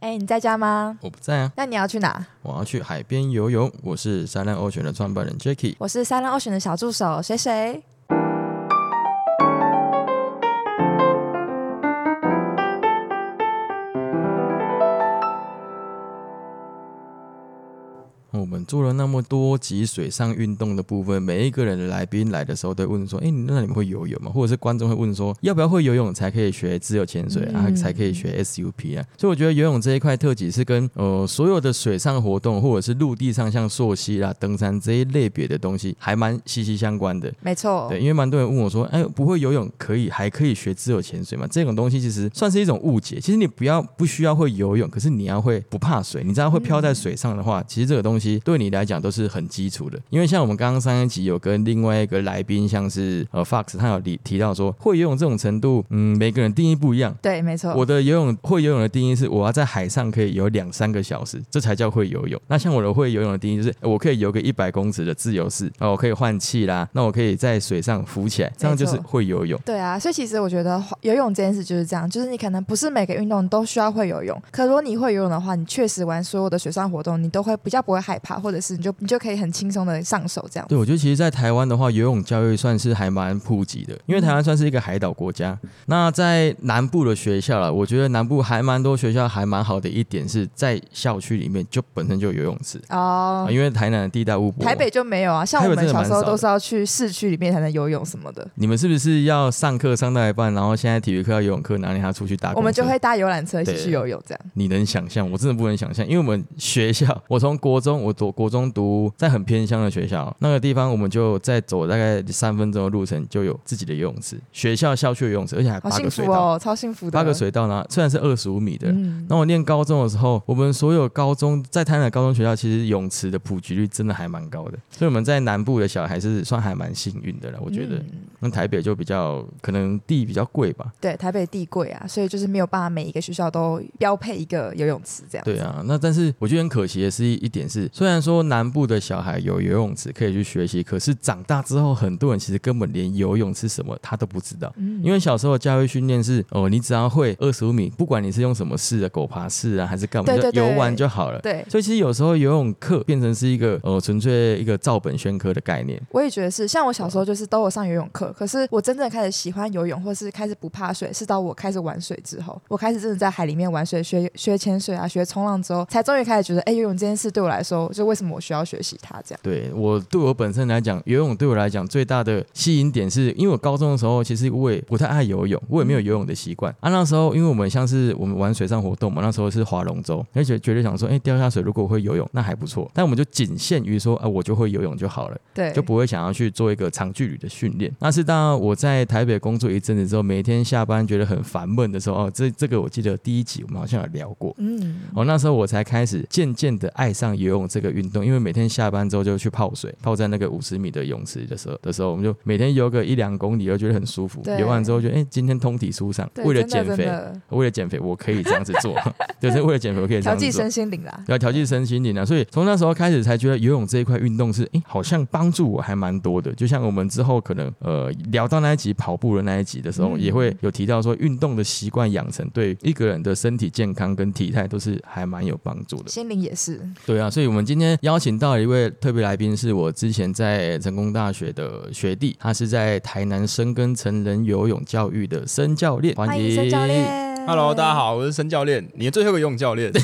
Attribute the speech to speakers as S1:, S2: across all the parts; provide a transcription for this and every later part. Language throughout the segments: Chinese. S1: 哎、你在家吗？
S2: 我不在啊，
S1: 那你要去哪？
S2: 我要去海边游泳。我是三浪欧选的创办人 Jacky。
S1: 我是三浪二选的小助手谁谁。
S2: 我们做了那么多集水上运动的部分，每一个人的来宾来的时候都会问说：“哎、那你们会游泳吗？”或者是观众会问说：“要不要会游泳才可以学自由潜水啊，
S1: 嗯
S2: 才可以学 SUP 啊？”所以我觉得游泳这一块特辑是跟呃所有的水上活动或者是陆地上像溯溪啦、登山这一类别的东西还蛮息息相关的。
S1: 没错，
S2: 对，因为蛮多人问我说，哎，不会游泳可以，还可以学自由潜水嘛？这种东西其实算是一种误解。其实你不要不需要会游泳，可是你要会不怕水，你只要会漂在水上的话，其实这个东西对你来讲都是很基础的。因为像我们刚刚上一集有跟另外一个来宾，像是呃 Fox，他有提提到说，会游泳这种程度，嗯，每个人定义不一样。
S1: 对，没错。
S2: 我的游泳会游泳的定义是，我要在海上可以游两三个小时，这才叫会游泳。那像我的会游泳的定义就是，呃我可以游个一百公尺的自由式，哦，我可以换气啦，那我可以在水上浮起来，这样就是会游泳。
S1: 对啊，所以其实我觉得滑游泳这件事就是这样，就是你可能不是每个运动都需要会游泳，可如果你会游泳的话，你确实玩所有的水上活动，你都会比较不会害怕，或者是你就你就可以很轻松的上手这样。
S2: 对，我觉得其实，在台湾的话，游泳教育算是还蛮普及的，因为台湾算是一个海岛国家。那在南部的学校啦，我觉得南部还蛮多学校还蛮好的一点是在校区里面就本身就有游泳池、
S1: 哦
S2: 啊，、因为台南的地大物博，
S1: 台北就没有啊，像我
S2: 台北
S1: 们
S2: 真的
S1: 小
S2: 蛮
S1: 时候
S2: 少的
S1: 都是要去市区里面才能游泳什么的，
S2: 你们是不是要上课上到一半，然后现在体育课要游泳课，然后让他出去打？
S1: 我们就会，搭游览车一起
S2: 对
S1: 去游泳这样。
S2: 你能想象？我真的不能想象，因为我们学校，我从国中，我读国中读在很偏乡的学校，那个地方我们就在走大概三分钟的路程就有自己的游泳池，学校校区的游泳池，而且还
S1: 好
S2: 八
S1: 幸
S2: 个水
S1: 福
S2: 道，
S1: 哦，超幸福的。
S2: 八个水道呢，虽然是二十五米的。
S1: 嗯，
S2: 那我念高中的时候，我们所有高中在台南的高中学校，其实泳池的普及率真的还蛮高的，所以我们在南部的小孩是算还蛮幸运的了，我觉得。
S1: 嗯
S2: 那台北就比较可能地比较贵吧。
S1: 对，台北地贵啊，所以就是没有办法每一个学校都标配一个游泳池这样。
S2: 对啊，那但是我觉得很可惜的是一点是，虽然说南部的小孩有游泳池可以去学习，可是长大之后，很多人其实根本连游泳是什么他都不知道。
S1: 嗯，
S2: 因为小时候的教育训练是，哦，你只要会二十五米，不管你是用什么式的狗爬式啊，还是干嘛，
S1: 对对
S2: 就游
S1: 对
S2: 完就好了。
S1: 对，
S2: 所以其实有时候游泳课变成是一个呃纯粹一个照本宣科的概念。
S1: 我也觉得是。像我小时候就是都有上游泳课，可是我真正开始喜欢游泳，或是开始不怕水，是到我开始玩水之后，我开始真的在海里面玩水，学学潜水啊，学冲浪之后，才终于开始觉得，哎，游泳这件事对我来说，就为什么我需要学习它这样。
S2: 对我对我本身来讲，游泳对我来讲最大的吸引点是，因为我高中的时候其实我也不太爱游泳，我也没有游泳的习惯啊。那时候因为我们像是我们玩水上活动嘛，那时候是划龙舟，而且觉得想说，哎，掉下水如果我会游泳那还不错，但我们就仅限于说，啊，我就会游泳就好了。
S1: 对，
S2: 就不会想要去做一个长距离的训练。那是当我在台北工作一阵子之后，每天下班觉得很烦闷的时候，哦，这这个我记得第一集我们好像有聊过。
S1: 嗯，
S2: 哦，那时候我才开始渐渐的爱上游泳这个运动，因为每天下班之后就去泡水，泡在那个五十米的泳池的时候的时候，我们就每天游个一两公里，我觉得很舒服。
S1: 对
S2: 游完之后觉得，哎、今天通体舒畅。
S1: 对
S2: 为了
S1: 真
S2: 减
S1: 的
S2: 肥
S1: 真，的
S2: 为了减肥，我可以这样子做， 就是为了减肥，我可以这
S1: 调
S2: 样子
S1: 剂
S2: 做。
S1: 身心灵啦。
S2: 要调剂身心灵啊，所以从那时候开始才觉得游泳这一块运动是，诶，好像帮助我还蛮多的。就像我们之后可能呃聊到那一集跑步的那一集的时候，
S1: 嗯
S2: 也会有提到说，运动的习惯养成对一个人的身体健康跟体态都是还蛮有帮助的。
S1: 心灵也是，
S2: 对啊，所以我们今天邀请到一位特别来宾，是我之前在成功大学的学弟，他是在台南深耕成人游泳教育的申教练，
S1: 欢
S2: 欢
S1: 迎
S2: 迎
S1: 申教。练。
S3: Hello，大家，好，我是申教练，你的 最后一个游泳教练。
S1: 我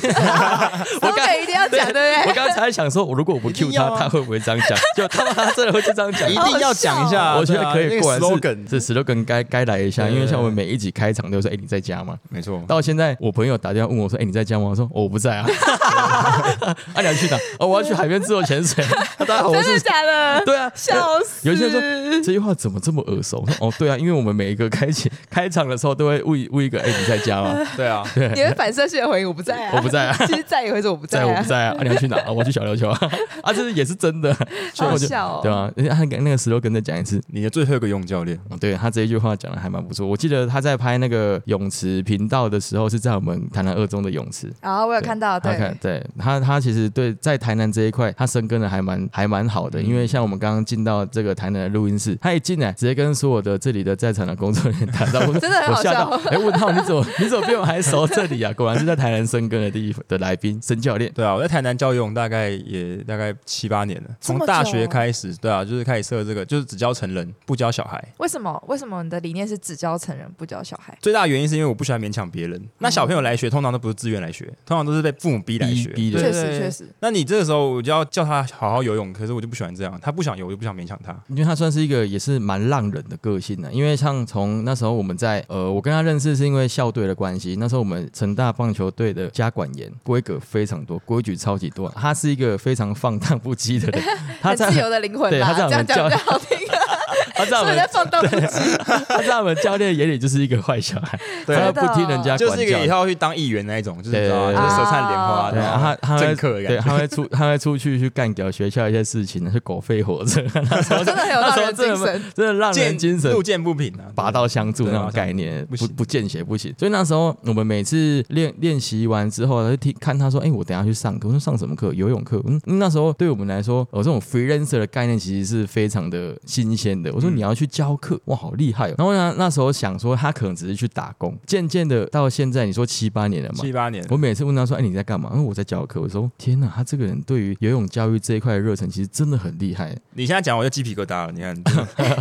S1: 一定要讲，对不对？
S2: 我刚才想说，我如果 我不
S3: 一定
S2: Q
S3: 要
S1: 哦
S2: 他，
S3: 啊
S2: 他会不会这样讲？就他妈他真的会就这样讲，
S3: 一定要讲一下，
S2: 我觉得可以，
S3: 对啊
S2: 果然
S3: 那个
S2: 是
S3: slogan，
S2: 这 slogan 该该来一下，
S3: 对
S2: 因为像我们每一集开场都说，哎，你在家吗？
S3: 没错。
S2: 到现在，我朋友打电话问我说：“哎、你在家吗？”我说：“哦我不在啊。” 啊，你要去哪？哦，我要去海边自由潜水。大家好，我
S1: 真的
S2: 是
S1: 假的？
S2: 对啊，
S1: 笑死！
S2: 有些人说这句话怎么这么耳熟？我说哦，对啊，因为我们每一个开启 开场的时候都会问问一个：“哎、你在家吗
S3: 对啊，
S1: 你会反射性的回应，我不在啊，
S2: 我不在啊
S1: 其实在也会说我不？”
S2: 在
S1: 啊，
S2: 我不在啊？啊，你要去哪？啊，我去小琉球啊！啊，这是也是真的，所以
S1: 好
S2: 我就
S1: 笑哦
S2: 对啊，他那个 slogan 再讲一次，
S3: 你的最后一个游泳教练，
S2: 哦对他这一句话讲的还蛮不错。我记得他在拍那个泳池频道的时候，是在我们台南二中的泳池。
S1: 然后我有
S2: 对
S1: 看到，
S2: 他看
S1: 啊对，
S2: 对他，他其实对在台南这一块，他深耕的还蛮还蛮好
S1: 嗯
S2: 的。因为像我们刚刚进到这个台南的录音室，他一进来直接跟所有的这里的在场的工作人员打招呼，
S1: 真的很好
S2: 我吓到，哎，问号你怎么你怎么比我们还熟这里啊？果然是在台南生根的地方的来宾，申教练。
S3: 对啊，我在台南教游泳大概也大概七八年了，
S1: 这么
S3: 从
S1: 久
S3: 大学开始，对啊，就是开始设这个，就是只教成人，不教小孩。
S1: 为什么？为什么你的理念是只教成人不教小孩？
S3: 最大的原因是因为我不喜欢勉强别人。那小朋友来学，通常都不是自愿来学，通常都是被父母逼来学。
S2: 逼逼的
S1: 确
S3: 对对
S1: 实，
S3: 对
S1: 确实，
S3: 那你这个时候我就要叫他好好游泳，可是我就不喜欢这样，他不想游，我就不想勉强他。
S2: 因为他算是一个也是蛮浪人的个性的、啊因为像从那时候我们在呃，我跟他认识是因为校队的关系，那时候我们成大棒球队的家管严规格非常多，规矩超级多，他是一个非常放荡不 羁的人，他
S1: 很
S2: 在
S1: 自由的灵魂
S2: 对
S1: 啦，
S2: 他在
S1: 这
S2: 我
S1: 样
S2: 们
S1: 讲
S2: 教
S1: 比较好听。
S2: 他在
S1: 所以
S2: 我们
S1: 在放荡不羁，
S2: 他在我们教练眼里就是一个坏小 孩，
S3: 对啊
S2: 他不听人家管教
S3: 就是一个以后要去当议员那一种，就是你知道吗
S2: 对
S3: 就是舌灿莲
S1: 啊
S3: 花，
S2: 对，
S3: 然后
S2: 他他会
S3: 政客的感
S2: 对，
S3: 觉
S2: 他会出他会出去去干掉学校一些事情，是狗吠火车，
S1: 真的很有让人
S2: 真
S1: 精
S2: 的
S1: 神。
S2: 真的让人精神
S3: 路见不平啊，
S2: 拔刀相助
S3: 对
S2: 那种
S3: 拔刀
S2: 概念，
S3: 不
S2: 不
S3: 行
S2: 不见血不行。所以那时候我们每次练练习完之后，就听看他说：“哎、我等一下去上课。”我说：“上什么课？游泳课。”嗯，那时候对我们来说，哦我、这种 freelancer 的概念其实是非常的新鲜的。我说：“
S3: 嗯
S2: 你要去教课，哇，好厉害、哦！”然后呢，那时候想说他可能只是去打工，渐渐的到现在，你说七八年了嘛，
S3: 七八年，
S2: 我每次问他说：“哎、你在干嘛？”因为我在教课。我说：“天哪，他这个人对于游泳教育这一块的热忱，其实真的很厉害，
S3: 你现在讲我就鸡皮疙瘩了， 你看，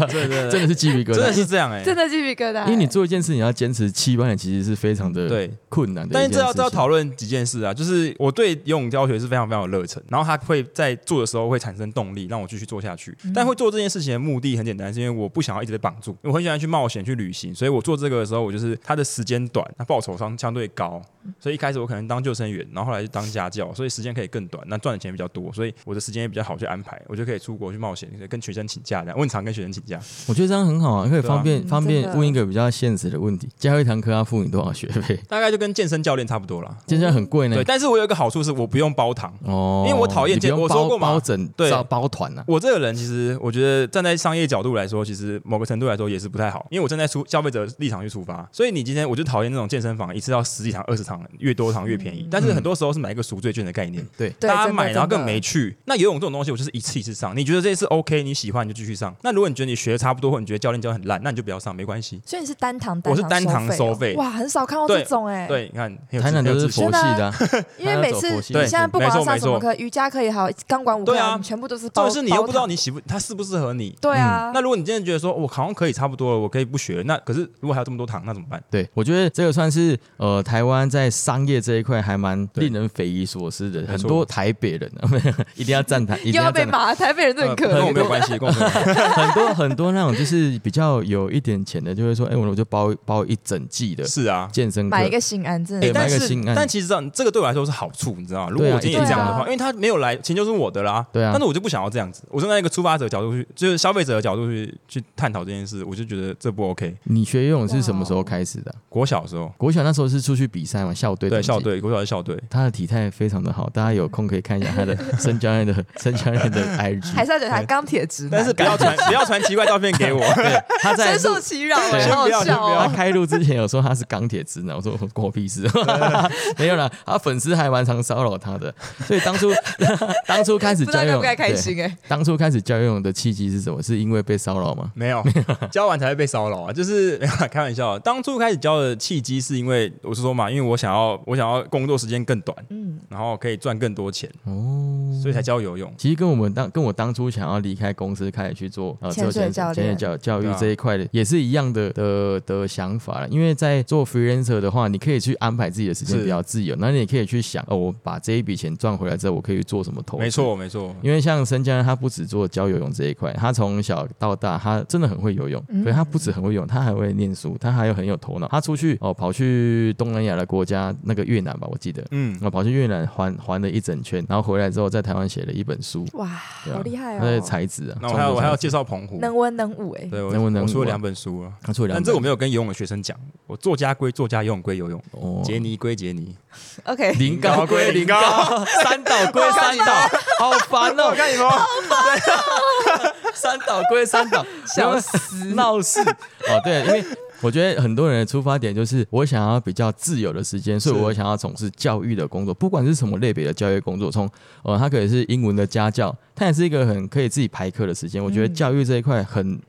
S3: 对对
S2: 真
S3: 对，
S2: 的是鸡皮疙
S3: 真的
S2: 瘩。
S3: 是这样哎，
S1: 真的鸡皮疙瘩欸，
S2: 因为你做一件事情要坚持七八年，其实是非常的
S3: 对。
S2: 困难的。
S3: 但是这要这
S2: 这
S3: 要讨论几件事啊，就是我对游泳教学是非常非常有热忱，然后他会在做的时候会产生动力，让我继续做下去。但会做这件事情的目的很简单，是因为我不想要一直被绑住，我很喜欢去冒险去旅行，所以我做这个的时候，我就是它的时间短，它报酬相相对高，所以一开始我可能当救生员，然后后来就当家教，所以时间可以更短，那赚的钱比较多，所以我的时间也比较好去安排，我就可以出国去冒险，跟学生请假这样。我很常跟学生请假，
S2: 我觉得这样很好啊，可以
S3: 对啊
S2: 方便、
S1: 嗯
S2: 方便
S1: 真的
S2: 问一个比较现实的问题：教一堂课要付你多少学 费？
S3: 大概就跟健身教练差不多啦。
S2: 健身很贵呢
S3: 对，。但是我有一个好处是我不用包堂，
S2: 哦，
S3: 因为我讨厌
S2: 你不用
S3: 健我
S2: 包
S3: 说过嘛
S2: 包整
S3: 对
S2: 招包团呐、啊。
S3: 我这个人其实，我觉得站在商业角度来说，其实某个程度来说也是不太好，因为我站在出消费者立场去出发，所以你今天我就讨厌那种健身房一次要十几堂、二十堂，越多堂越便宜。但是很多时候是买一个赎罪嗯券的概念，
S2: 对，
S1: 对真
S3: 大家
S1: 的
S3: 买然后
S1: 真
S3: 更
S1: 的
S3: 没去。那游泳这种东西，我就是一次一次上，你觉得这一次 OK，你喜欢你就继续上。那如果你觉得你学的差不多，或你觉得教练教得很烂，那你就不要上，没关系。
S1: 所以你是单堂，
S3: 我是
S1: 堂
S3: 单堂
S1: 收费
S3: 收费
S1: 哦，哇，很少看到这种哎。，
S3: 对，你看，很有
S2: 台南
S3: 自
S2: 都
S3: 很有
S2: 是
S3: 自信
S2: 佛系的、啊，
S1: 因为每次
S2: 还有走佛系
S1: 你现在不管
S3: 对
S1: 要
S3: 没错
S1: 上什么课，瑜伽课也好，钢管舞课也好
S3: 对啊
S1: 你全部都是
S3: 重
S1: 包。
S3: 点是你又不知道
S1: 包
S3: 你喜不它适不适合你。
S1: 堂。对啊，
S3: 那如果你真的觉得说我好像可以差不多了，我可以不学了，那可是如果还有这么多堂，那怎么办？
S2: 对，我觉得这个算是呃，台湾在商业这一块还蛮
S3: 对
S2: 令人匪夷所思的，
S3: 错
S2: 很多台北人啊， 一定要站台，一 定
S1: 又要
S2: 要
S1: 被
S2: 站台。
S1: 骂，台北人真的很可
S3: 呃嗯跟我没有
S1: 怜。
S3: 关系，跟我没有关系。
S2: 很多很多那种就是比较有一点钱的，就会说，哎、我就包包一整季的
S3: 是啊，
S2: 健身课
S1: 买一，个心安，真
S3: 欸
S1: 的是。
S2: 对买
S3: 但
S2: 一个
S3: 是
S2: 新案
S3: 但其实这样这个对我来说是好处，你知道吗？如果
S2: 对啊
S3: 我今天也这样的
S1: 一定
S3: 话，
S1: 的
S3: 因为他没有来，钱就是我的啦。
S2: 对啊
S3: 但是我就不想要这样子，我站在一个出发者角度去，就是消费者的角度去去探讨这件事，我就觉得这不 OK。
S2: 你学游泳是什么时候开始的啊、
S3: 国小的时候，
S2: 国小那时候是出去比赛嘛，校队
S3: 对
S2: 等级
S3: 校。队，国小是校队，
S2: 他的体态非常的好，大家有空可以看一下 他的申教练的申教练的 IG。
S1: 还是要讲他钢铁直
S3: 但
S1: 男
S3: 是，不要传不要传奇怪照片给我。
S2: 他在
S1: 深
S2: 录
S1: 受其扰，
S2: 对
S1: 哎好好
S3: 先不要先
S1: 笑
S3: 不
S2: 他
S3: 要
S1: 哦。
S2: 开录之前有说他是钢铁直男，我说 关我屁事，没有啦，他粉丝还蛮常骚扰他的，所以当初 当初开始
S1: 不知道
S2: 教
S1: 该
S2: 游泳，
S1: 不该开
S2: 对
S1: 心哎。
S2: 当初开始教游泳的契机是什么？是因为被骚扰吗？
S3: 没有， 教完才会被骚扰啊！就是 没有啦开玩笑。啊当初开始教的契机是因为我是说嘛，因为我想要我想要工作时间更短，
S1: 嗯，
S3: 然后可以赚更多钱，
S2: 哦，
S3: 所以才教游泳。
S2: 其实跟我们当跟我当初想要离开公司开始去做呃
S1: 潜
S2: 做
S1: 水
S2: 潜
S1: 教
S2: 潜水
S1: 练
S2: 教教育
S3: 对啊
S2: 这一块的也是一样的的的想法啦因为在做 freelancer 的话，你可以去安排自己的时间
S3: 是
S2: 比较自由，那你也可以去想哦，我把这一笔钱赚回来之后，我可以做什么投资？
S3: 没错，没错。
S2: 因为像申江，他不只做教游泳这一块，他从小到大，他真的很会游泳。
S1: 嗯
S2: 所以他不止很会游泳，他还会念书，他还有很有头脑。他出去哦，跑去东南亚的国家，那个越南吧，我记得。哦
S3: 嗯，
S2: 我跑去越南环环了一整圈，然后回来之后在台湾写了一本书，
S1: 哇，
S2: 对啊
S1: 好厉害
S2: 他的
S1: 哦！
S2: 才子啊。
S3: 那我还有
S2: 中国
S3: 我还
S2: 才
S3: 要
S2: 子
S3: 介绍澎湖，
S1: 能文能武哎，
S3: 对，我
S2: 能文能武
S3: 我出了
S2: 啊
S3: 两本书了。
S2: 他出了两本，
S3: 但这我没有跟游泳的学生讲，我作家归作家，游泳归游泳，
S2: 哦
S3: 杰尼归杰尼，
S1: OK，
S2: 林高归林高， 三岛归 三岛，好烦哦！
S3: 看你们，
S2: 三岛归三 岛，
S1: 笑
S2: 死闹事哦，对，因为。我觉得很多人的出发点就是我想要比较自由的时间，所以
S3: 是
S2: 我想要从事教育的工作，不管是什么类别的教育工作，从呃，它可以是英文的家教，它也是一个很可以自己排课的时间。我觉得
S1: 嗯
S2: 教育这一块很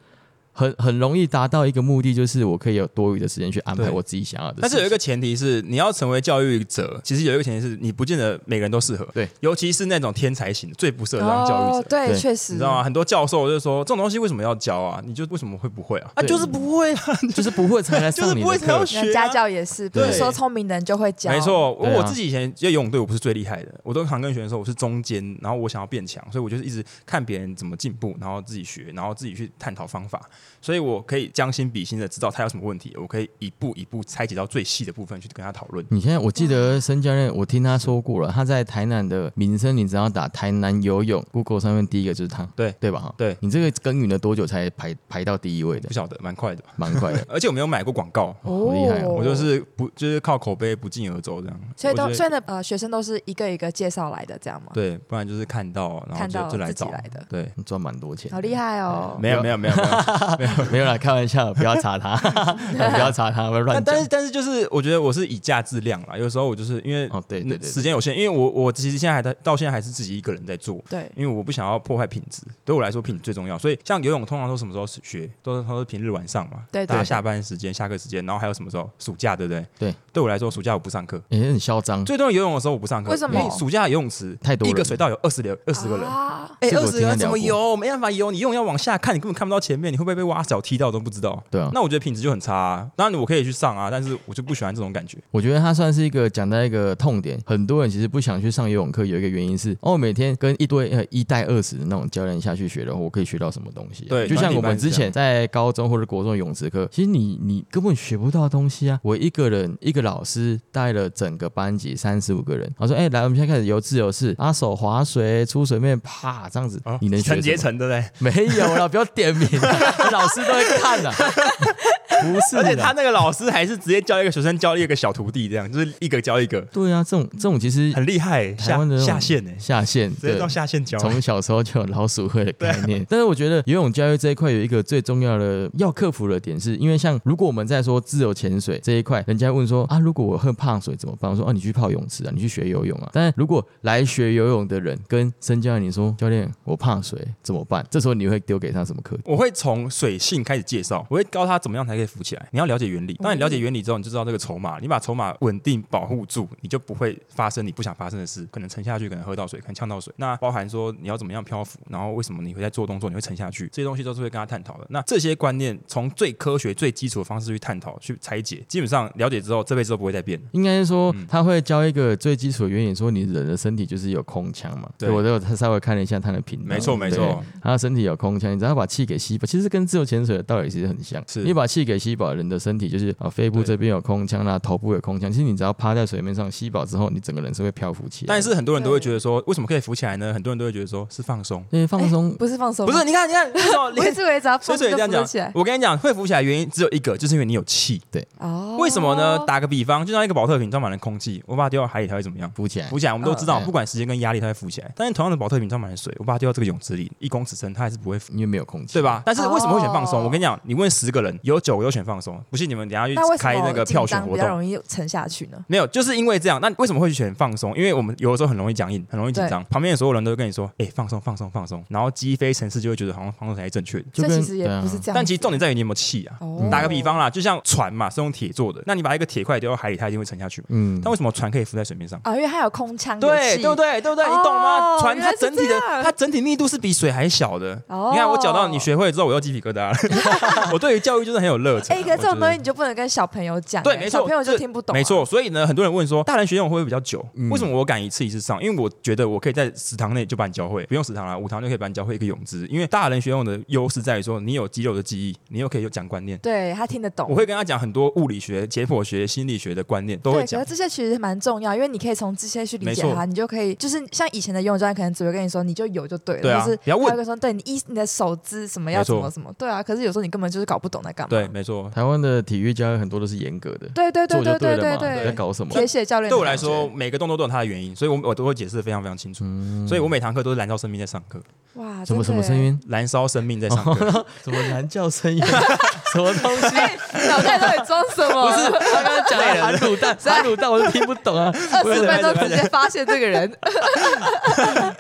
S2: 很很容易达到一个目的，就是我可以有多余的时间去安排
S3: 对
S2: 我自己想要的事情。
S3: 但是有一个前提是，你要成为教育者，其实有一个前提是你不见得每个人都适合，
S2: 对，
S3: 尤其是那种天才型的，最不适合当教育者。
S1: 哦对，
S2: 对
S1: 确实，
S3: 你知道吗？很多教授就说这种东西为什么要教啊？你就为什么会不会啊？啊，
S2: 对
S3: 就是不会啊，
S2: 就是不会才来
S3: 就是
S2: 上你
S3: 不会
S2: 的
S3: 才要
S2: 课，
S3: 学、
S1: 那家教也是，不
S3: 啊对
S1: 是说聪明的人就会教，
S3: 没，错，我
S2: 对啊
S3: 我自己以前在游泳队，我不是最厉害的，我都常跟学生说我是中间，然后我想要变强，所以我就是一直看别人怎么进步，然后自己学，然后自己去探讨方法，所以我可以将心比心的知道他有什么问题，我可以一步一步拆解到最细的部分去跟他讨论。
S2: 你现在我记得申教练，我听他说过了，他在台南的民生，你只要打台南游泳，Google 上面第一个就是他，
S3: 对
S2: 对吧？哈，
S3: 对
S2: 你这个耕耘了多久才排排到第一位 的
S3: 不？晓得，蛮快的，，
S2: 蛮快的
S3: 而且我没有买过广告，
S2: 好厉害哦
S3: 我就是不就是靠口碑不胫而走这样。
S1: 所以
S3: 我
S1: 都
S3: 觉得
S1: 所以呢，呃，学生都是一个一个介绍来的，这样吗？
S3: 对，不然就是看到然后
S1: 看到
S3: 就就来
S1: 自己
S3: 找
S1: 来的
S3: 对，
S2: 赚蛮多钱
S1: 好。厉害哦！
S3: 没有没有没有没有。
S2: 没有啦，开玩笑，不要查他， 不要查他，不要
S3: 但
S2: 乱
S3: 但
S2: 讲
S3: 是。但是就是我觉得我是以价质量啦，有时候我就是因为
S2: 哦对对对对
S3: 时间有限，因为我我其实现在还在到现在还是自己一个人在做。
S1: 对，
S3: 因为我不想要破坏品质，对我来说品质最重要。所以像游泳，通常都什么时候学？都是都是平日晚上嘛，
S1: 对对
S3: 大家
S1: 对
S3: 下班时间、下课时间，然后还有什么时候？暑假，对不对？
S2: 对，
S3: 对我来说，暑假我不上课。
S2: 也、很嚣张，
S3: 最多人游泳的时候我不上课，
S1: 为什么
S3: 因为暑假游泳池
S2: 太多
S3: 一
S2: 人
S3: 个水道有二十人，二十个人。
S1: 啊，
S3: 哎，
S2: 这个
S3: 二
S2: 我
S3: 十
S2: 听
S3: 个
S2: 他
S3: 人怎
S2: 聊过
S3: 么游？没办法游，你游泳要往下看，你根本看不到前面，你会不会被挖脚踢到都不知道。
S2: 对啊
S3: 那我觉得品质就很差、啊。当然我可以去上啊，但是我就不喜欢这种感觉。
S2: 我觉得他算是一个讲到一个痛点，很多人其实不想去上游泳课，有一个原因是，哦，每天跟一堆呃一带二十的那种教练下去学的话，我可以学到什么东西啊、
S3: 对
S2: 就像我们
S3: 团体班是
S2: 之
S3: 这样
S2: 前在高中或者国中的泳池课，其实你你根本学不到东西啊。我一个人一个老师带了整个班级三十五个人，我说，哎、来，我们现在开始游自由式，啊，手划水、出水面，啪，这样子，你能学
S3: 陈
S2: 什
S3: 杰
S2: 么？
S3: 啊成对不对？
S2: 没有啦，不要点名，啊 老师都会看的、不是
S3: 而且
S2: 啦
S3: 他那个老师还是直接教一个学生教一个小徒弟，这样就是一个教一个，
S2: 对啊，这种这种其实
S3: 很厉害、欸，
S2: 台
S3: 下
S2: 湾的那种
S3: 下线呢、
S2: 下线，
S3: 直接
S2: 对
S3: 到下线教、
S2: 从小时候就有老鼠会的概念。
S3: 啊
S2: 但是我觉得游泳教育这一块有一个最重要的要克服的点是，因为像如果我们在说自由潜水这一块，人家问说啊，如果我很怕水怎么办？我说哦、你去泡泳池啊，你去学游泳啊。但是如果来学游泳的人跟深教练你说，教练我怕水怎么办？这时候你会丢给他什么课题？
S3: 我会从水性开始介绍，我会教他怎么样才可以浮起来。你要了解原理，当你了解原理之后，你就知道这个筹码。你把筹码稳定保护住，你就不会发生你不想发生的事，可能沉下去，可能喝到水，可能呛到水。那包含说你要怎么样漂浮，然后为什么你会在做动作，你会沉下去，这些东西都是会跟他探讨的。那这些观念从最科学、最基础的方式去探讨、去拆解，基本上了解之后，这辈子都不会再变。
S2: 应该是说
S3: 嗯
S2: 他会教一个最基础的原理，说你人的身体就是有空腔嘛。
S3: 对
S2: 对我都有稍微看了一下他的频道，
S3: 没错，没错。
S2: 他的身体有空腔，你只要把气给吸饱，其实跟自由潜水的道理其实很像。
S3: 是
S2: 你把气给吸饱，人的身体就是啊，肺部
S3: 对
S2: 这边有空腔啦，头部有空腔。其实你只要趴在水面上吸饱之后，你整个人是会漂浮起来。
S3: 但是很多人都会觉得说，为什么可以浮起来呢？很多人都会觉得说是放松，
S2: 因为放松，
S1: 不是放手，
S3: 不是？，你看，你看，为什么你
S1: 我一
S3: 看
S1: 直以为只要放
S3: 所以这
S1: 手
S3: 也这样
S1: 就浮
S3: 讲
S1: 起来，
S3: 我跟你讲，会浮起来原因只有一个，就是因为你有气。
S1: 哦，
S3: 为什么呢？打个比方，就像一个保特瓶装满了空气，我把它丢到海里，它会怎么样？
S2: 浮起来
S3: 浮。起来，我们都知道，
S2: 嗯
S3: 不管时间跟压力，它会浮起来。但是同样的保特瓶装满了水，我把它丢到这个泳池里，一公尺深，它还是不会浮，
S2: 因为没有空气，
S3: 对？吧？但是为什么会选放松？
S1: 哦
S3: 我跟你讲，你问十个人，有九个都选放松，不信你们等一下
S1: 那为什
S3: 去开那
S1: 么
S3: 个
S1: 进
S3: 票
S1: 档
S3: 选活
S1: 比较
S3: 动。
S1: 容易沉下去呢？
S3: 没有，就是因为这样。那为什么会选放松？因为我们有的时候很容易僵硬，很容易紧张，旁边的所有人都会跟你说：“哎、放松，放松，放松。”然后鸡飞城市就会觉得好像放松才是正确的。
S2: 就
S1: 这
S2: 跟
S1: 其实也
S2: 对啊
S1: 不是这样，
S3: 但其实重点在于你有没有气啊。
S1: 哦
S3: 打个比方啦，就像船嘛，是用铁做的，那你把一个铁块丢到海里，它一定会沉下去嘛。
S2: 嗯
S3: 但，为什么船可以浮在水面上？
S1: 啊，因为它有空腔，有
S3: 对
S1: 气
S3: 对不？对？对不对？
S1: 哦
S3: 你懂吗？船
S1: 原
S3: 它
S1: 来是
S3: 整体的
S1: 这样
S3: 它整体密度是比水还小的。
S1: 哦
S3: 你看我讲到你学会之后，我又鸡皮疙瘩 了。我对于教育就是很有热忱啊。
S1: 哎，可是这种
S3: 我觉得
S1: 东西你就不能跟小朋友讲，
S3: 对，
S1: 哎
S3: 没错，
S1: 小朋友
S3: 是
S1: 就听不懂，
S3: 没错，，所以呢，很多人问说，大人学游泳会不会比较久？
S2: 嗯
S3: 为什么我敢一次一次上？因为我觉得我可以在食堂内就把你教会，不用食堂啦，五堂就可以把你教会一个泳姿。因为大人学游泳的优势在于说，你有肌肉的记忆，你又可以有讲观念。
S1: 对他听得懂
S3: 我。会跟他讲很多物理学、解剖学、心理学的观念，都
S1: 对，
S3: 会
S1: 可
S3: 讲
S1: 是。这些其实蛮重要，因为你可以从这些去理解
S3: 没错
S1: 它，你就可以就是像以前的游泳教练可能只会跟你说你就有就对了，
S3: 对啊
S1: 或是
S3: 不要问
S1: 他会说对你一你的手姿什么要
S3: 没
S1: 怎
S3: 错
S1: 么什么，对啊，可是有时候你根本就是搞不懂在干嘛。
S3: 对，没错。
S2: 台湾的体育教育很多都是严格的，
S1: 对对对
S2: 做就
S1: 对对
S2: 了
S1: 对
S2: 嘛，你在
S1: 对，
S2: 搞什么？
S1: 铁血教练的
S3: 对我来
S1: 感觉
S3: 说，，每个动作都有它的原因，所以我我都会解释的非常非常清楚。
S2: 嗯
S3: 所以我每堂课都是燃烧生命在上课，
S1: 哇，
S2: 什么什
S1: 真
S2: 么
S1: 的欸
S2: 声 音？
S3: 燃烧生命在上课。
S2: 什么蓝叫声音？什么东西？
S1: 哎？脑袋到底装什么？不是
S2: 哦他刚刚 讲的含卤蛋，含卤蛋我都 听不懂啊！
S1: 二十分钟直接发现这个人，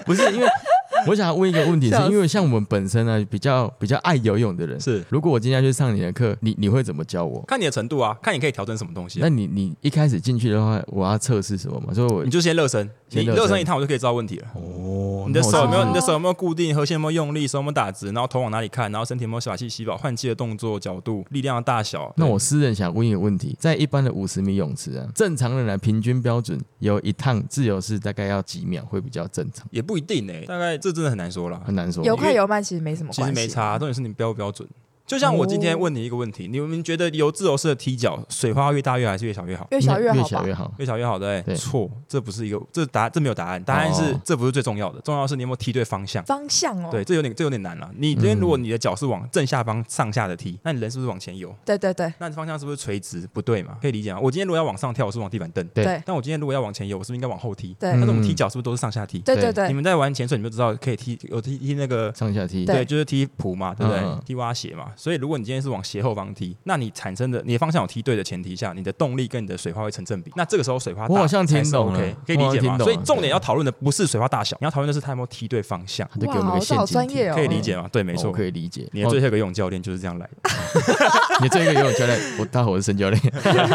S2: 不是因为我想要问一个问题，是
S1: 笑死
S2: 因为像我们本身呢比较比较爱游泳的人，
S3: 是
S2: 如果我今天要去上你的课，你你会怎么教我？
S3: 看你的程度啊，看你可以调整什么东西啊、
S2: 那你你一开始进去的话，我要测试什么嘛？所以我
S3: 你就先热身，你
S2: 先热身
S3: 热身一趟，我就可以知道问题了。
S2: 哦
S3: 你的手有没有？
S1: 哦
S3: 你的手有没有固定？核心有没有用力？手有没有打直？然后头往哪里看？然后身体有没有小气吸饱？换气的动作、角度、力量的大小？
S2: 那我私人想问一个问题，在一般的五十米泳池啊，正常人来平均标准有一趟自由式大概要几秒会比较正常？
S3: 也不一定诶、大概这真的很难说啦。
S2: 很难说。
S1: 有快有慢其实没什么
S3: 其
S1: 关
S3: 实
S1: 系，哦
S3: 没差，啊重点是你标不标准。就像我今天问你一个问题，你们觉得游自由式的踢脚水花越大越还是越小越好？
S1: 越小
S2: 越
S1: 好吧
S2: 小越。好。
S3: 越小越好，对不对？
S2: 对
S3: 错，这不是一个，这答案这没有答案，答案是、
S2: 哦
S3: 这不是最重要的，重要的是你有没有踢对方向。
S1: 方向哦，嗯
S3: 对，这有点这有点难了。你今天如果你的脚是往正下方上下的踢，那你人是不是往前游？
S1: 对对对
S3: 那你方向是不是垂直？不对嘛？可以理解啊。我今天如果要往上跳，我是往地板蹬；
S2: 对
S1: 对
S3: 但我今天如果要往前游，我是不是应该往后踢？
S1: 对
S3: 那
S2: 嗯
S3: 我们踢脚是不是都是上下踢？
S1: 对对
S3: 你
S1: 对，
S3: 们在玩潜水，你们就知道可以踢，有踢踢那个
S2: 上下踢，
S1: 对
S3: 对，就是踢蹼嘛，对不对？
S2: 嗯嗯
S3: 踢蛙鞋嘛。所以如果你今天是往斜后方踢，那你产生的你的方向有踢对的前提下，你的动力跟你的水花会成正比。那这个时候水花大
S2: 我好像听懂了
S3: 才是 OK，可以理解
S2: 我好像听懂
S3: 吗？
S2: 了
S3: 所以重点要讨论的不是水花大小，你要讨论的是他有没有踢对方向，
S2: 他就给我们一
S1: 哇
S2: 个陷
S1: 这好
S2: 阱
S1: 专业
S2: 题
S1: 哦
S3: 可以理解吗？对，没
S2: 哦
S3: 错。
S2: 可以理解。
S3: 你的最后一个游泳教练就是这样来的，
S2: 哦你这个游泳教练，我大伙是沈教练。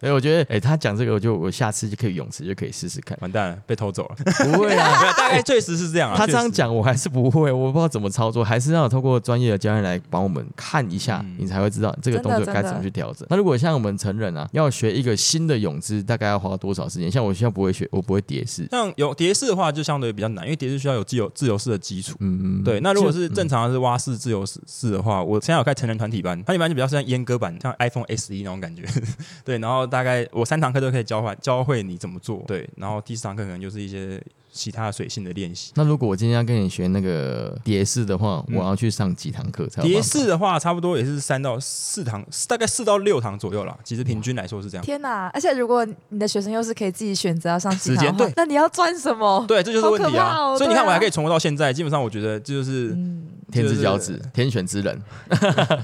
S2: 所以我觉得，哎、他讲这个，我就我下次就可以泳池就可以试试看。
S3: 完蛋了，被偷走 了。
S2: 不会啊，
S3: 没有大概确实是这样啊。
S2: 他这样
S3: 确实
S2: 讲，我还是不会，我不知道怎么操作，还是要透过专业的教练来帮我们看一下，
S3: 嗯
S2: 你才会知道这个动作该怎么去调整。那如果像我们成人啊，要学一个新的泳姿，大概要花多少时间？像我现在不会学，我不会蝶式，
S3: 像有蝶式的话，就相对比较难，因为蝶式需要有自由自由式的基础。
S2: 嗯，
S3: 对，那如果是
S2: 就
S3: 正常的是蛙式自由式式的话，我现在有开成人团体班，团体班就比较像阉割版，像 iPhone SE 那种感觉。 对，然后大概我三堂课都可以教换教会你怎么做。对，然后第四堂课可能就是一些其他水性的练习。
S2: 那如果我今天要跟你学那个蝶式的话，
S3: 嗯
S2: 我要去上几堂课才有办法
S3: 蝶式的话，差不多也是三到四堂，大概四到六堂左右啦。其实平均来说是这样。
S1: 天哪！而且如果你的学生又是可以自己选择要上几
S3: 时
S1: 堂
S3: 间
S1: 的话
S3: 对
S1: 那你要赚什么？
S3: 对，这就是问题
S1: 好可怕
S3: 啊。
S1: 哦
S3: 所以你看，
S1: 对啊
S3: 我还可以存活到现在，基本上我觉得这就是
S1: 嗯，
S2: 天之骄
S3: 就
S2: 子，天选之人，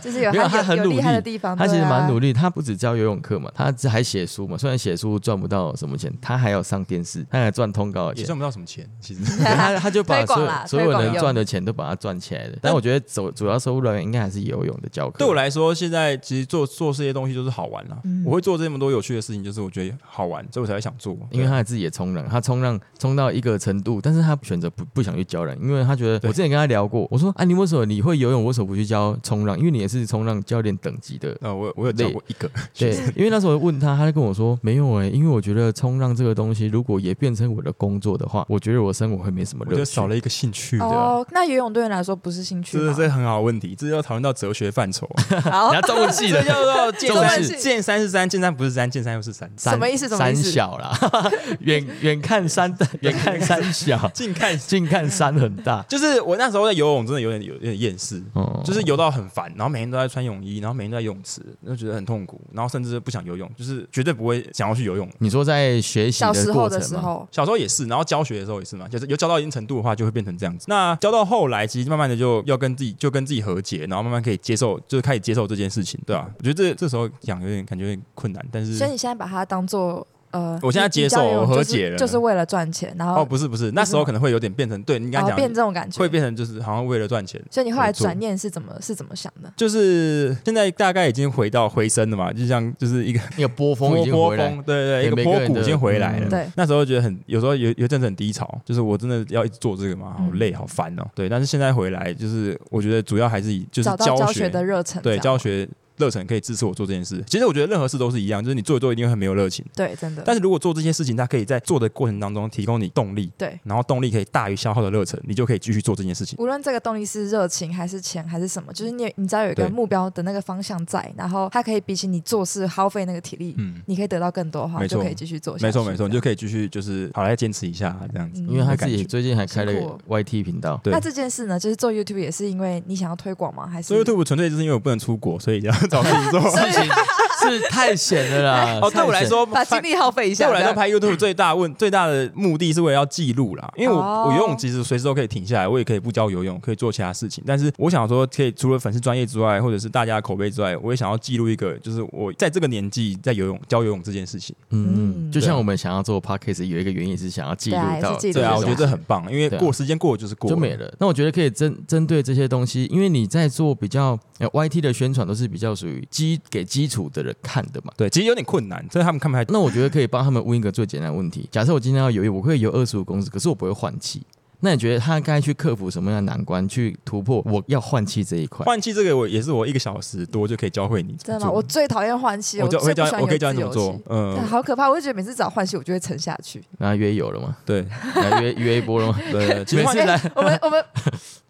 S1: 就是有
S2: 没有他
S1: 他
S2: 很
S1: 有有
S2: 努
S1: 厉害
S2: 力
S1: 的地方，
S2: 他其
S1: 对
S2: 实
S1: 啊
S2: 蛮努力，他不只教游泳课嘛，他还写书嘛。虽然写书赚不到什么钱，他还要上电视，他还赚通告的
S3: 也
S2: 钱。
S3: 赚不到什么钱，其实。
S2: 对他他就把
S1: 啊推广
S2: 所有
S1: 啦
S2: 所有
S1: 推广
S2: 能
S1: 用
S2: 赚的钱都把它赚起来了。但我觉得主主要收入来源应该还是游泳的教课。
S3: 对我来说，现在其实做做这些东西就是好玩啦。
S1: 嗯
S3: 我会做这么多有趣的事情，就是我觉得好玩，所以我才会想做。啊
S2: 因为他自己也冲浪，他冲浪冲到一个程度，但是他选择不不想去教人，因为他觉得
S3: 对
S2: 我之前跟他聊过，我说啊，你为什么你会游泳，为什么不去教冲浪？因为你也是冲浪教练等级的。
S3: 呃，我我有教过一个，
S2: 对，因为那时候我问他，他就跟我说没有哎、因为我觉得冲浪这个东西，如果也变成我的工作的话，我觉得我生活会没什么
S3: 我
S2: 乐
S3: 就
S2: 趣。
S3: 少了一个兴趣的。
S1: 哦。那游泳对你来说不是兴趣
S3: 这是
S1: 吗
S3: 这？是很好的问题，这要讨论到哲学范畴。
S1: 好
S2: 你要，中文系
S3: 这
S2: 的，
S3: 叫 做见
S2: 中文
S3: 山
S1: 系
S3: 见山是山，见山不是山，见山又是山。，
S2: 三
S1: 什么意思什么
S2: 三
S1: 意思
S2: 小啦， 远远看山的，远看山小
S3: 近看，
S2: 近看山很大。
S3: 就是我那时候在游泳，真的有点有有点厌世。
S2: 哦
S3: 就是游到很烦，然后每天都在穿泳衣，然后每天都在泳池，就觉得很痛苦，然后甚至不想游泳，就是绝对不会想要去游泳。
S2: 你说在学习
S1: 小时
S2: 的
S1: 候
S2: 过
S1: 的
S2: 程
S1: 时
S2: 吗？
S1: 候，
S3: 小时候也是，然后教学的时候也是嘛，就是有教到一定程度的话，就会变成这样子。那教到后来，其实慢慢的就要跟自己就跟自己和解，然后慢慢可以接受，就是开始接受这件事情，对吧、我觉得这这时候讲有点感觉有点困难，但是
S1: 所以你现在把它当做呃，
S3: 我现在
S1: 你
S3: 接受
S1: 你教游泳
S3: 我和
S1: 就是
S3: 解了
S1: 就是为了赚钱，然
S3: 哦
S1: 后
S3: 不是不是，那时候可能会有点变成对你刚
S1: 然后哦
S3: 刚
S1: 变
S3: 讲
S1: 这种感觉，
S3: 会变成就是好像为了赚钱。
S1: 所以你后来
S3: 没错
S1: 转念是怎么是怎么想的？
S3: 就是现在大概已经回到回升了嘛，就像就是一个
S2: 那个波峰已经
S3: 波
S2: 回
S3: 波
S2: 来，
S3: 峰，对对，
S2: 对
S3: 一个
S2: 每个
S3: 波
S2: 人
S3: 谷
S2: 的
S3: 已经回来了。
S2: 嗯
S1: 对
S3: 那时候觉得很，有时候有有一阵子很低潮，就是我真的要一直做这个嘛，
S1: 嗯
S3: 好累，好烦哦。对，但是现在回来，就是我觉得主要还是以就是
S1: 找到教
S3: 学
S1: 学的热忱，
S3: 对
S1: 这样
S3: 教学热忱可以支持我做这件事。其实我觉得任何事都是一样，就是你做一做一定会很没有热情，
S1: 对真的，
S3: 但是如果做这些事情，它可以在做的过程当中提供你动力，
S1: 对，
S3: 然后动力可以大于消耗的热忱，你就可以继续做这件事情。
S1: 无论这个动力是热情还是钱还是什么，就是你你只要有一个
S3: 对
S1: 目标的那个方向在，然后它可以比起你做事耗费那个体力，
S3: 嗯，
S1: 你可以得到更多的话，
S3: 没错
S1: 就可以继续做下去。
S3: 没错没错，
S1: 这
S3: 你就
S1: 样
S3: 可以继续就是好来坚持一下这样子。
S1: 嗯
S2: 因为他
S3: 的
S2: 自
S3: 感
S2: 己
S3: 觉
S2: 最近还开了
S1: 辛苦哦
S2: YT 频道，
S3: 对
S1: 那这件事呢，就是做 YouTube 也是因为你想要推广吗？还是
S3: 所以 YouTube 纯粹就是因为我不能出国，所以这样找事情做。
S2: 事情 是太闲了啦。
S3: 哦，对我
S2: 太
S3: 来
S2: 闲，
S3: 说，
S1: 把精力耗费一
S3: 对
S1: 下。
S3: 我来
S1: 这
S3: 说，
S1: 样
S3: 拍 YouTube 最大问最大的目的是为了要记录啦，因为我、
S1: 哦
S3: 我游泳其实随时都可以停下来，我也可以不教游泳，可以做其他事情。但是我想说，可以除了粉丝专业之外，或者是大家的口碑之外，我也想要记录一个，就是我在这个年纪在游泳教游泳这件事情。
S2: 嗯，
S1: 嗯
S2: 就像我们想要做 podcast 有一个原因是想要记录
S1: 对啊
S2: 到
S1: 也是记录
S2: 这
S3: 对
S2: 些
S3: 啊，我觉得
S2: 东
S3: 这
S2: 西
S3: 很棒，因为
S2: 对啊
S3: 过时间过了就是过
S2: 就没了。那我觉得可以针针对这些东西，因为你在做比较、呃、YT 的宣传，都是比较属于基给基础的人看的嘛。
S3: 对，其实有点困难，所以他们看不太。
S2: 那我觉得可以帮他们问一个最简单的问题：假设我今天要游泳，我可以游二十五公尺，可是我不会换气。那你觉得他该去克服什么样的难关，去突破我要换气这一块？
S3: 换气这个我也是我一个小时多就可以教会你怎
S1: 真的
S3: 么做。
S1: 吗？我最讨厌换气，
S3: 我教
S1: 最
S3: 会
S1: 不
S3: 教
S1: 喜欢
S3: 我可以
S1: 游
S3: 教你
S1: 自
S3: 怎么
S1: 由
S3: 做
S1: 式。。对
S3: 嗯，
S1: 好可怕！我就觉得每次只要换气，我就会沉下去。
S2: 那约友了吗？
S3: 对
S2: 来约约一波了吗？
S3: 对，对其实
S2: 每
S3: 换
S2: 次来
S1: 哎我们我们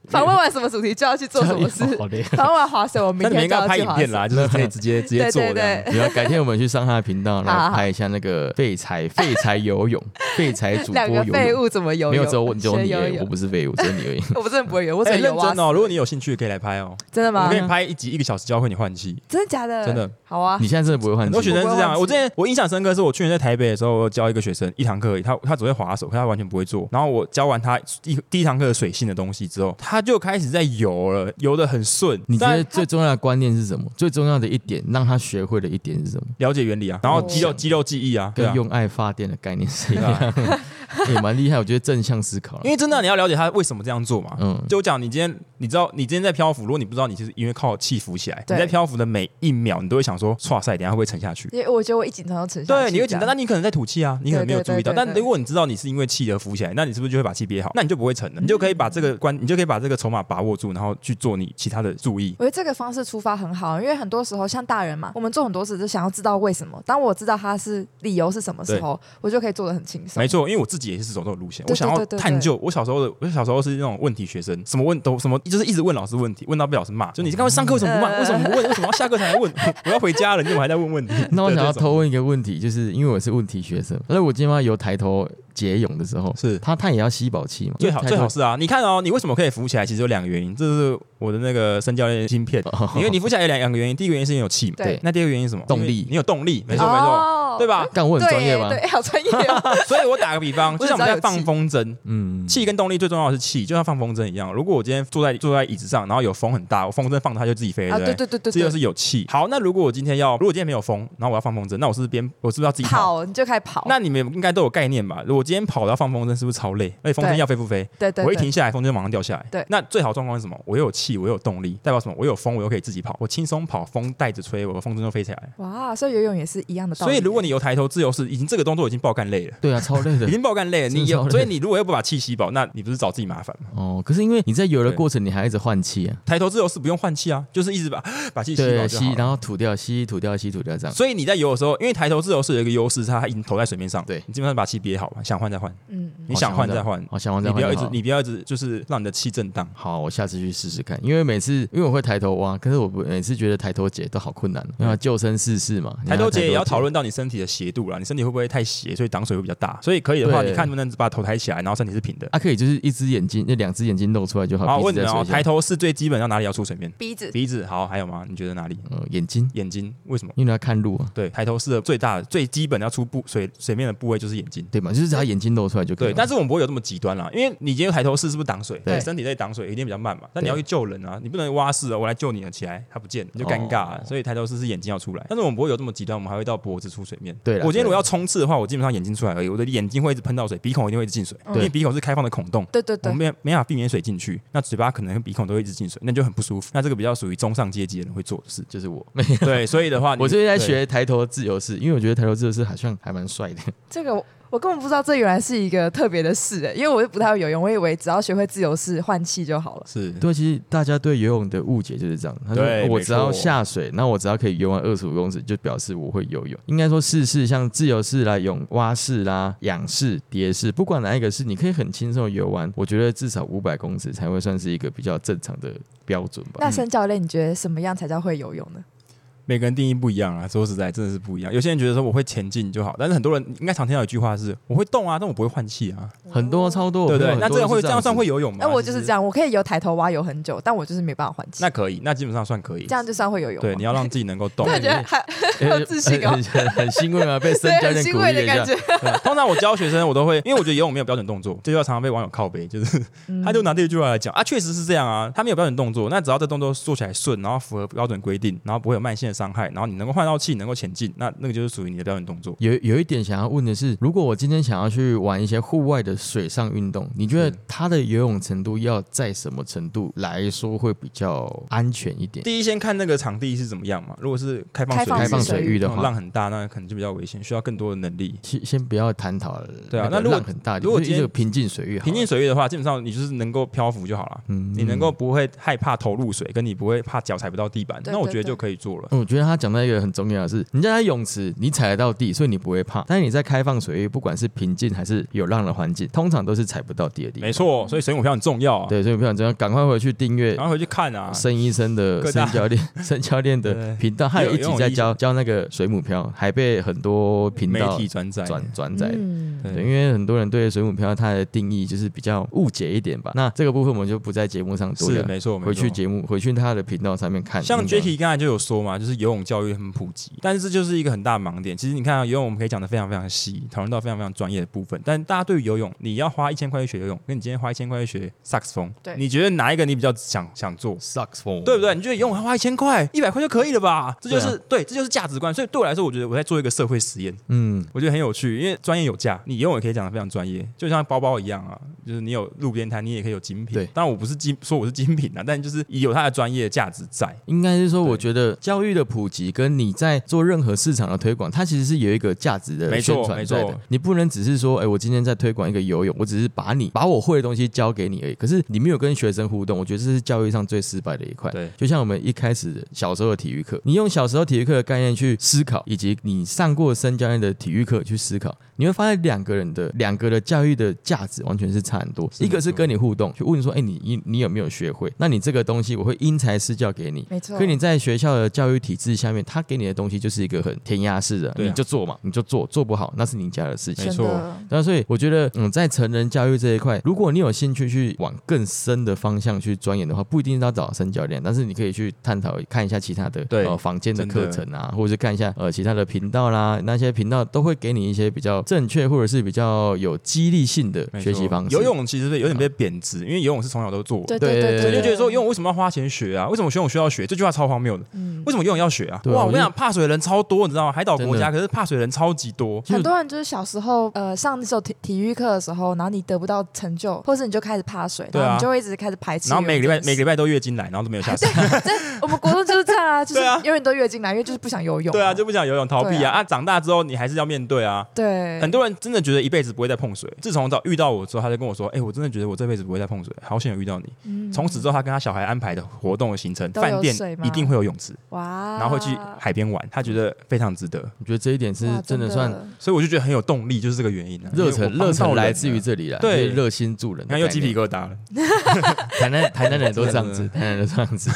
S1: 访问完什么主题就要 去做什 么事，
S2: 好累。
S1: 访问完划水，我们
S3: 那
S1: 明
S3: 你们
S1: 天
S3: 应
S1: 就
S3: 该
S1: 要
S3: 拍
S1: 去
S3: 影
S1: 划
S3: 片
S1: 水。
S3: 啦，就是可以直接直 接
S1: 对
S3: 做
S1: 对
S3: 这样
S1: 对
S3: 子。，
S2: 然后啊改天我们去上他的频道，
S1: 好
S2: 然
S1: 好
S2: 后拍一下那个废柴废柴游泳，废柴主播
S1: 两个
S2: 游
S1: 废
S2: 泳。
S1: 物怎么游泳？
S2: 没有只有我，只有
S1: 谁
S2: 你
S1: 游
S2: 而已，我
S1: 泳
S2: 不是废物，只有你而已。
S1: 我真的不啊会游泳，我只
S3: 哎、
S1: 能游
S3: 认
S1: 蛙
S3: 真
S1: 式。
S3: 哦！如果你有兴趣，可以来拍哦。
S1: 真的
S3: 我
S1: 吗
S3: 可？以拍一集一个小时教会你换气，
S1: 真的假的？
S3: 真的。
S1: 好啊
S2: 你，现在真的不会换
S3: 很
S2: 气？
S3: 多学生是这样。
S1: 我不会忘记
S3: 我之前我印象深刻，是我去年在台北的时候，我教一个学生一堂课而已，他他只会划手，可他完全不会做。然后我教完他一第一堂课的水性的东西之后，他就开始在游了，游的很顺。
S2: 你觉
S3: 但
S2: 得最重要的观念是什么？最重要的一点，让他学会的一点是什么？
S3: 了解原理啊，然后肌肉
S2: 哦
S3: 肌肉记忆啊，对
S2: 跟
S3: 啊。
S2: 用爱发电的概念是一
S3: 对
S2: 样，
S3: 啊
S2: 也蛮厉害。我觉得正向思考
S3: 因
S2: 了。
S3: 为真的你要了解他为什么这样做嘛。
S2: 嗯，
S3: 就我讲，你今天你知道你今天在漂浮，如果你不知道，你就是因为靠气浮起来。你
S1: 对
S3: 在漂浮的每一秒，你都会想说：哇塞，等一下会不会沉下去？
S1: 因为我觉得我一紧张就沉下去。
S3: 对，你会紧张，
S1: 这
S3: 那
S1: 样。
S3: 你可能在吐气啊，你可能没有注意到。
S1: 对对对对
S3: 但
S1: 对
S3: 如果你知道你是因为气而浮起来，那你是不是就会把气憋好？那你就不会
S1: 嗯
S3: 沉了，你就可以把这个关，你就可以把这个筹码把握住，然后去做你其他的注意。
S1: 我觉得这个方式出发很好，因为很多时候像大人嘛，我们做很多事就想要知道为什么。当我知道他是理由是什么时候，我就可以做的很轻松
S3: 没。错，因为我自己也是走这种路线，
S1: 对
S3: 我想要
S1: 对对对
S3: 探究。我小时候的，我小时候是那种问题学生，什么问都什么，就是一直问老师问题，问到被老师骂。就你刚刚上课为什么不骂？
S1: 呃
S3: 为什么不问？为什么要下课才来问？ 我要回家了，你怎么还在 问问题？
S2: 那我
S3: 对
S2: 想要
S3: 这种
S2: 偷问一个问题，就是因为我是问题学生，那我今天要游抬头解泳的时候，
S3: 是
S2: 他他也要吸饱气嘛？
S3: 最好
S2: 因为抬
S3: 最
S2: 头
S3: 好是啊，你看哦，你为什么可以浮起来？其实有两个原因，这是我的那个深教练芯片。
S1: 哦
S2: 哦
S3: 因为你浮起来有两两个原因，第一个原因是因为有气嘛，
S1: 对
S3: 那第二个原因是什么？
S2: 动力
S3: 因为你有动力，没错没错，
S1: 哦
S3: 对？ 吧？
S2: 干我很
S1: 对
S2: 专业
S1: 耶，
S2: 吗？
S1: 对，好专业 哦。
S3: 所以我打个比方，
S1: 我
S3: 就
S1: 只
S3: 像我们
S1: 知道
S3: 在
S1: 有
S3: 放
S1: 气
S3: 风筝，
S2: 嗯，
S3: 气跟动力最重要的是气，就像放风筝一样。如果我今天坐在坐在椅子上，然后有风很大，我风筝放它就自己飞了，
S1: 啊，
S3: 不
S1: 对对对对
S3: 这就
S1: 对，
S3: 是有气。好，那如果我今天要，如果今天没有风，然后我要放风筝，那我是不是边我是不是要自己跑？
S1: 跑你就开始跑。
S3: 那你们应该都有概念吧？如果今天跑我要放风筝，是不是超累？而且风筝
S1: 对
S3: 要飞不飞？
S1: 对对，
S3: 我一
S1: 对
S3: 停下来，风筝马上掉下来。
S1: 对
S3: 那最好状况是什么？我又有气，我又有动力，代表什么？我有风，我又可以自己跑，我轻松跑，风带着吹，我的风筝就飞起来了。
S1: 哇，所以游泳也啊是一样的道理。
S3: 所以如果你有抬头自由式，已经这个动作已经爆干累了，
S2: 对啊，超累的
S3: 已。经爆干累了。
S2: 真的
S3: 你
S2: 超
S3: 有，
S2: 累
S3: 所以你如果又不把气吸饱，那你不是找自己麻烦吗？
S2: 哦，可是因为你在游的过程，你还一直换气啊，
S3: 抬头自由式不用换气啊，就是一直把把气吸饱
S2: 对，
S3: 就
S2: 吸
S3: 好，了。
S2: 然后吐掉，吸吐掉，吸吐掉这样。
S3: 所以你在游的时候，因为抬头自由式有一个优势，是它已经头在水面上，
S2: 对哦
S3: 你基本上把气憋好嘛，想换再换，
S1: 嗯，嗯
S3: 你想换再换，
S2: 好想换再
S3: 你
S2: 换
S3: 不
S2: 就好。
S3: 要一直，你不要一直就是让你的气震荡。
S2: 好，我下次去试试看，因为每次因为我会抬头蛙，可是我不每次觉得抬头姐都好困难哦，因为救生世事嘛，你
S3: 嗯抬
S2: 要
S3: 头姐也要讨论到你身体的斜度啦，你身体会不会太斜，所以挡水会比较大。所以可以的话，
S2: 对
S3: 你看能不能把头抬起来，然后身体是平的。
S2: 啊，可以就是一只眼睛，那两只眼睛露出来就好。
S3: 好，
S2: 鼻
S3: 问
S2: 子
S3: 你
S2: 在
S3: 们哦，
S2: 水下
S3: 抬，头是最基本要哪里要出水面？
S1: 鼻子
S3: 鼻子好，还有吗？你觉得哪里？
S2: 呃，眼睛，
S3: 眼睛为什么？
S2: 因为你要看路啊，
S3: 对，抬头是最大的、最基本要出部水水面的部位就是眼睛。
S2: 对嘛，就是只要眼睛露出来就可以
S3: 对，
S2: 了。
S3: 但是我们不会有这么极端啦，因为你今天抬头式是不是挡水？
S2: 对
S3: 你身体在挡水，一定比较慢嘛。但
S2: 对
S3: 你要去救人啊，你不能蛙式哦，我来救你了起来，他不见，你就尴尬了。
S2: 哦
S3: 所以抬头式是眼睛要出来，但是我们不会有这么极端，我们还会到脖子出水面。
S2: 对啦
S3: 我今天如
S2: 对
S3: 果
S2: 啦。
S3: 要冲刺的话，我基本上眼睛出来而已，我的眼睛会一直喷到水，鼻孔一定会一直进水，因
S1: 对
S3: 为鼻孔是开放的孔洞。
S1: 对对
S3: 我
S1: 对
S3: 们，没没办法避免水进去，那嘴巴可能跟鼻孔都会一直进水，那就很不舒服。那这个比较属于中上阶级的人会做的事
S2: 就是我，没
S3: 对，所以的啊话，你
S2: 我最近在
S3: 对
S2: 学抬头自由式，因为我觉得抬头自由式好像还蛮帅的。
S1: 这个我我根本不知道，这原来是一个特别的事、欸，因为我又不太会游泳，我以为只要学会自由式换气就好了。
S3: 是
S2: 对，其实大家对游泳的误解就是这样。他说
S3: 对
S2: 哦我
S3: 没
S2: 只要
S3: 错
S2: 下水，那我只要可以游完二十五公尺，就表示我会游泳。应该说式式像自由式啦、泳蛙式啦、仰式、蝶式，不管哪一个式，你可以很轻松地游完。我觉得至少五百公尺才会算是一个比较正常的标准吧。
S1: 那申教练，你觉得什么样才叫会游泳呢？
S3: 每个人定义不一样啊。说实在，真的是不一样。有些人觉得说我会前进就好，但是很多人应该常听到一句话是：我会动啊，但我不会换气啊，
S2: 哦很多超多，
S3: 对不对？那
S2: 这
S3: 这个会
S2: 这
S3: 这样算
S2: 子
S3: 会游泳吗？
S1: 那哎我就是
S3: 其
S1: 这
S3: 实，
S1: 样，我可以游抬头蛙游很久，但我就是没办法换气，
S3: 那可以，那基本上算可以
S1: 这。样就算会游泳吗。
S3: 对，你要让自己能够动
S1: 对，。我觉得还很有 自信哦
S2: 很很很欣 慰啊，被森
S1: 对
S2: 教
S1: 很
S2: 练
S1: 欣
S2: 鼓
S1: 慰
S2: 励
S1: 的
S2: 一下
S1: 感。觉。
S3: 对啊通常我教学生，我都会，因为我觉得游泳没有标准动作，这就要常常被网友靠背，就是
S1: 嗯
S3: 他就拿这句话来讲啊，确实是这样啊，他没有标准动作，那只要这动作做起来顺，然后符合标准规定，然后不会有慢性的伤害，然后你能够换到气，能够前进，那那个就是属于你的标准动作。
S2: 有有一点想要问的是，如果我今天想要去玩一些户外的水上运动，你觉得它的游泳程度要在什么程度来说会比较安全一点？
S3: 第一，先看那个场地是怎么样嘛。如果是开放
S1: 开
S3: 水
S1: 放
S3: 域
S2: 开放
S1: 式
S2: 水
S1: 水
S2: 域的
S3: 那种浪
S2: 话，
S3: 很大，那可能就比较危险，需要更多的能力。
S2: 先先不要探讨了。
S3: 对啊
S2: 那
S3: 那
S2: 个
S3: 如果
S2: 浪很大，
S3: 如果
S2: 就是
S3: 今
S2: 一
S3: 天
S2: 个平静水域好了，
S3: 平静水域的话，基本上你就是能够漂浮就好了。
S2: 嗯，
S3: 你能够不会害怕头入水，跟你不会怕脚踩不到地板，
S1: 对
S3: 那我
S1: 对
S3: 觉得
S1: 对
S3: 就可以做了。
S2: 嗯我觉得他讲到一个很重要的是，人家在泳池，你踩得到地，所以你不会怕；但是你在开放水域，不管是平静还是有浪的环境，通常都是踩不到地的地方。
S3: 没，错，所以水母漂很重要啊。
S2: 对，所以我非常重要，赶快回去订阅
S3: 然后回去看啊，
S2: 申医生的
S3: 各
S2: 申
S3: 大
S2: 教 练、申教练的
S3: 对
S2: 频道，他有一
S3: 有
S2: 集
S3: 有
S2: 在
S3: 有
S2: 教教那个水母漂，还被很多频
S3: 媒
S2: 道
S3: 体转载，
S2: 转转载。
S1: 嗯，
S2: 对，因为很多人对水母漂它的定义就是比较误解一点吧。那这个部分我们就不在节目上多
S3: 嗯是
S2: 聊，
S3: 没错，没
S2: 啊
S3: 错
S2: 回去节目回去他的频道上面看。
S3: 像
S2: 应该
S3: Jacky 刚才就有说嘛，就是游泳教育很普及，但是这就是一个很大的盲点。其实你看、啊、游泳，我们可以讲的非常非常细，讨论到非常非常专业的部分。但大家对于游泳，你要花一千块去学游泳，跟你今天花一千块去学萨克斯风，
S1: 对
S3: 你觉得哪一个你比较想想做？
S2: sucks for
S3: 对不对？你觉得游泳还花一千块、一百块就可以了吧？这就是
S2: 对啊
S3: 对,、这就是价值观。所以对我来说，我觉得我在做一个社会实验，
S2: 嗯，
S3: 我觉得很有趣，因为专业有价，你游泳也可以讲的非常专业，就像包包一样啊，就是你有路边摊，你也可以有精品。
S2: 对
S3: 当然我不是精说我是精品啊，但就是有它的专业价值在。
S2: 应该是说，
S3: 对
S2: 我觉得教育的普及跟你在做任何市场的推广，它其实是有一个价值的
S3: 没错
S2: 宣传
S3: 没
S2: 在的
S3: 错。
S2: 你不能只是说，哎、我今天在推广一个游泳，我只是把你把我会的东西教给你而已。可是你没有跟学生互动，我觉得这是教育上最失败的一块。
S3: 对
S2: 就像我们一开始小时候的体育课，你用小时候体育课的概念去思考，以及你上过深教练的体育课去思考，你会发现两个人的两个的教育的价值完全是差很多。
S3: 是
S2: 一个
S3: 没
S2: 是
S3: 错
S2: 跟你互动，去问说，哎、你你你有没有学会？那你这个东西我会因材施教给你。
S1: 没错。
S2: 可你在学校的教育体制下面，他给你的东西就是一个很填鸭式的，
S3: 对啊
S2: 你就做嘛，你就做，做不好那是你家的事情
S3: 没。
S1: 真
S3: 错
S1: 的
S2: 那所以我觉得，嗯，在成人教育这一块，如果你有兴趣去往更深的方向去钻研的话，不一定要找深教练，但是你可以去探讨看一下其他的
S3: 对
S2: 呃房间的
S3: 真的
S2: 课程啊，或者是看一下呃其他的频道啦，那些频道都会给你一些比较正确或者是比较有激励性的
S3: 没错
S2: 学习方式。
S3: 游泳其实有点被贬值，因为游泳是从小都做，
S1: 对
S2: 对
S1: 对对
S2: 对
S3: 所
S1: 对，
S3: 以就觉得说游
S1: 用
S3: 泳为什么要花钱学啊？为什么学泳需要学？这句话超荒谬的。
S1: 嗯
S3: 为什么游泳要学啊？
S2: 对啊
S3: 哇，
S2: 我
S3: 我
S2: 觉
S3: 跟
S2: 得
S3: 你讲，怕水人超多，你知道吗？海岛国
S2: 真
S3: 家
S2: 的
S3: 可是怕水人超级多。
S2: 就
S1: 很多人就是小时候，呃，上那时候体体育课的时候，然后你得不到成就，或是你就开始怕水，
S3: 对啊
S1: 然后你就会一直开始排斥
S3: 然
S1: 游
S3: 后
S1: 泳
S3: 每
S1: 这
S3: 个礼拜
S1: 件事。
S3: 每个礼拜都月经来，然后都没有 下水。
S1: 我们国中就是这样 啊，就是
S3: 对啊
S1: 永远都月经来，因为就是不想游泳。
S3: 对啊，就不想游泳，逃避
S1: 对
S3: 啊
S1: 啊
S3: 啊！长大之后你还是要面对啊。
S1: 对，
S3: 很多人真的觉得一辈子不会再碰水。自从早遇到我之后，他就跟我说：“哎、我真的觉得我这辈子不会再碰水，好险有遇到你。
S1: 嗯
S3: 从此之后，他跟他小孩安排的活动的行程，
S1: 都有
S3: 饭店
S1: 水吗啊
S3: 一定会有泳池，
S1: 哇，
S3: 然后会去海边玩，他觉得非常值得。
S2: 我觉得这一点是
S1: 哇
S2: 真的算
S3: 所以我就觉得很有动力，就是这个原因、啊。
S2: 热忱，
S3: 因为我
S2: 热
S3: 帮到
S2: 忱
S3: 人了
S2: 来自于，这里了，
S3: 对
S2: 就是热心助人。
S3: 你看又鸡皮疙瘩了，
S2: 台南台南人都这样子，
S3: 真
S2: 台南人都这样子，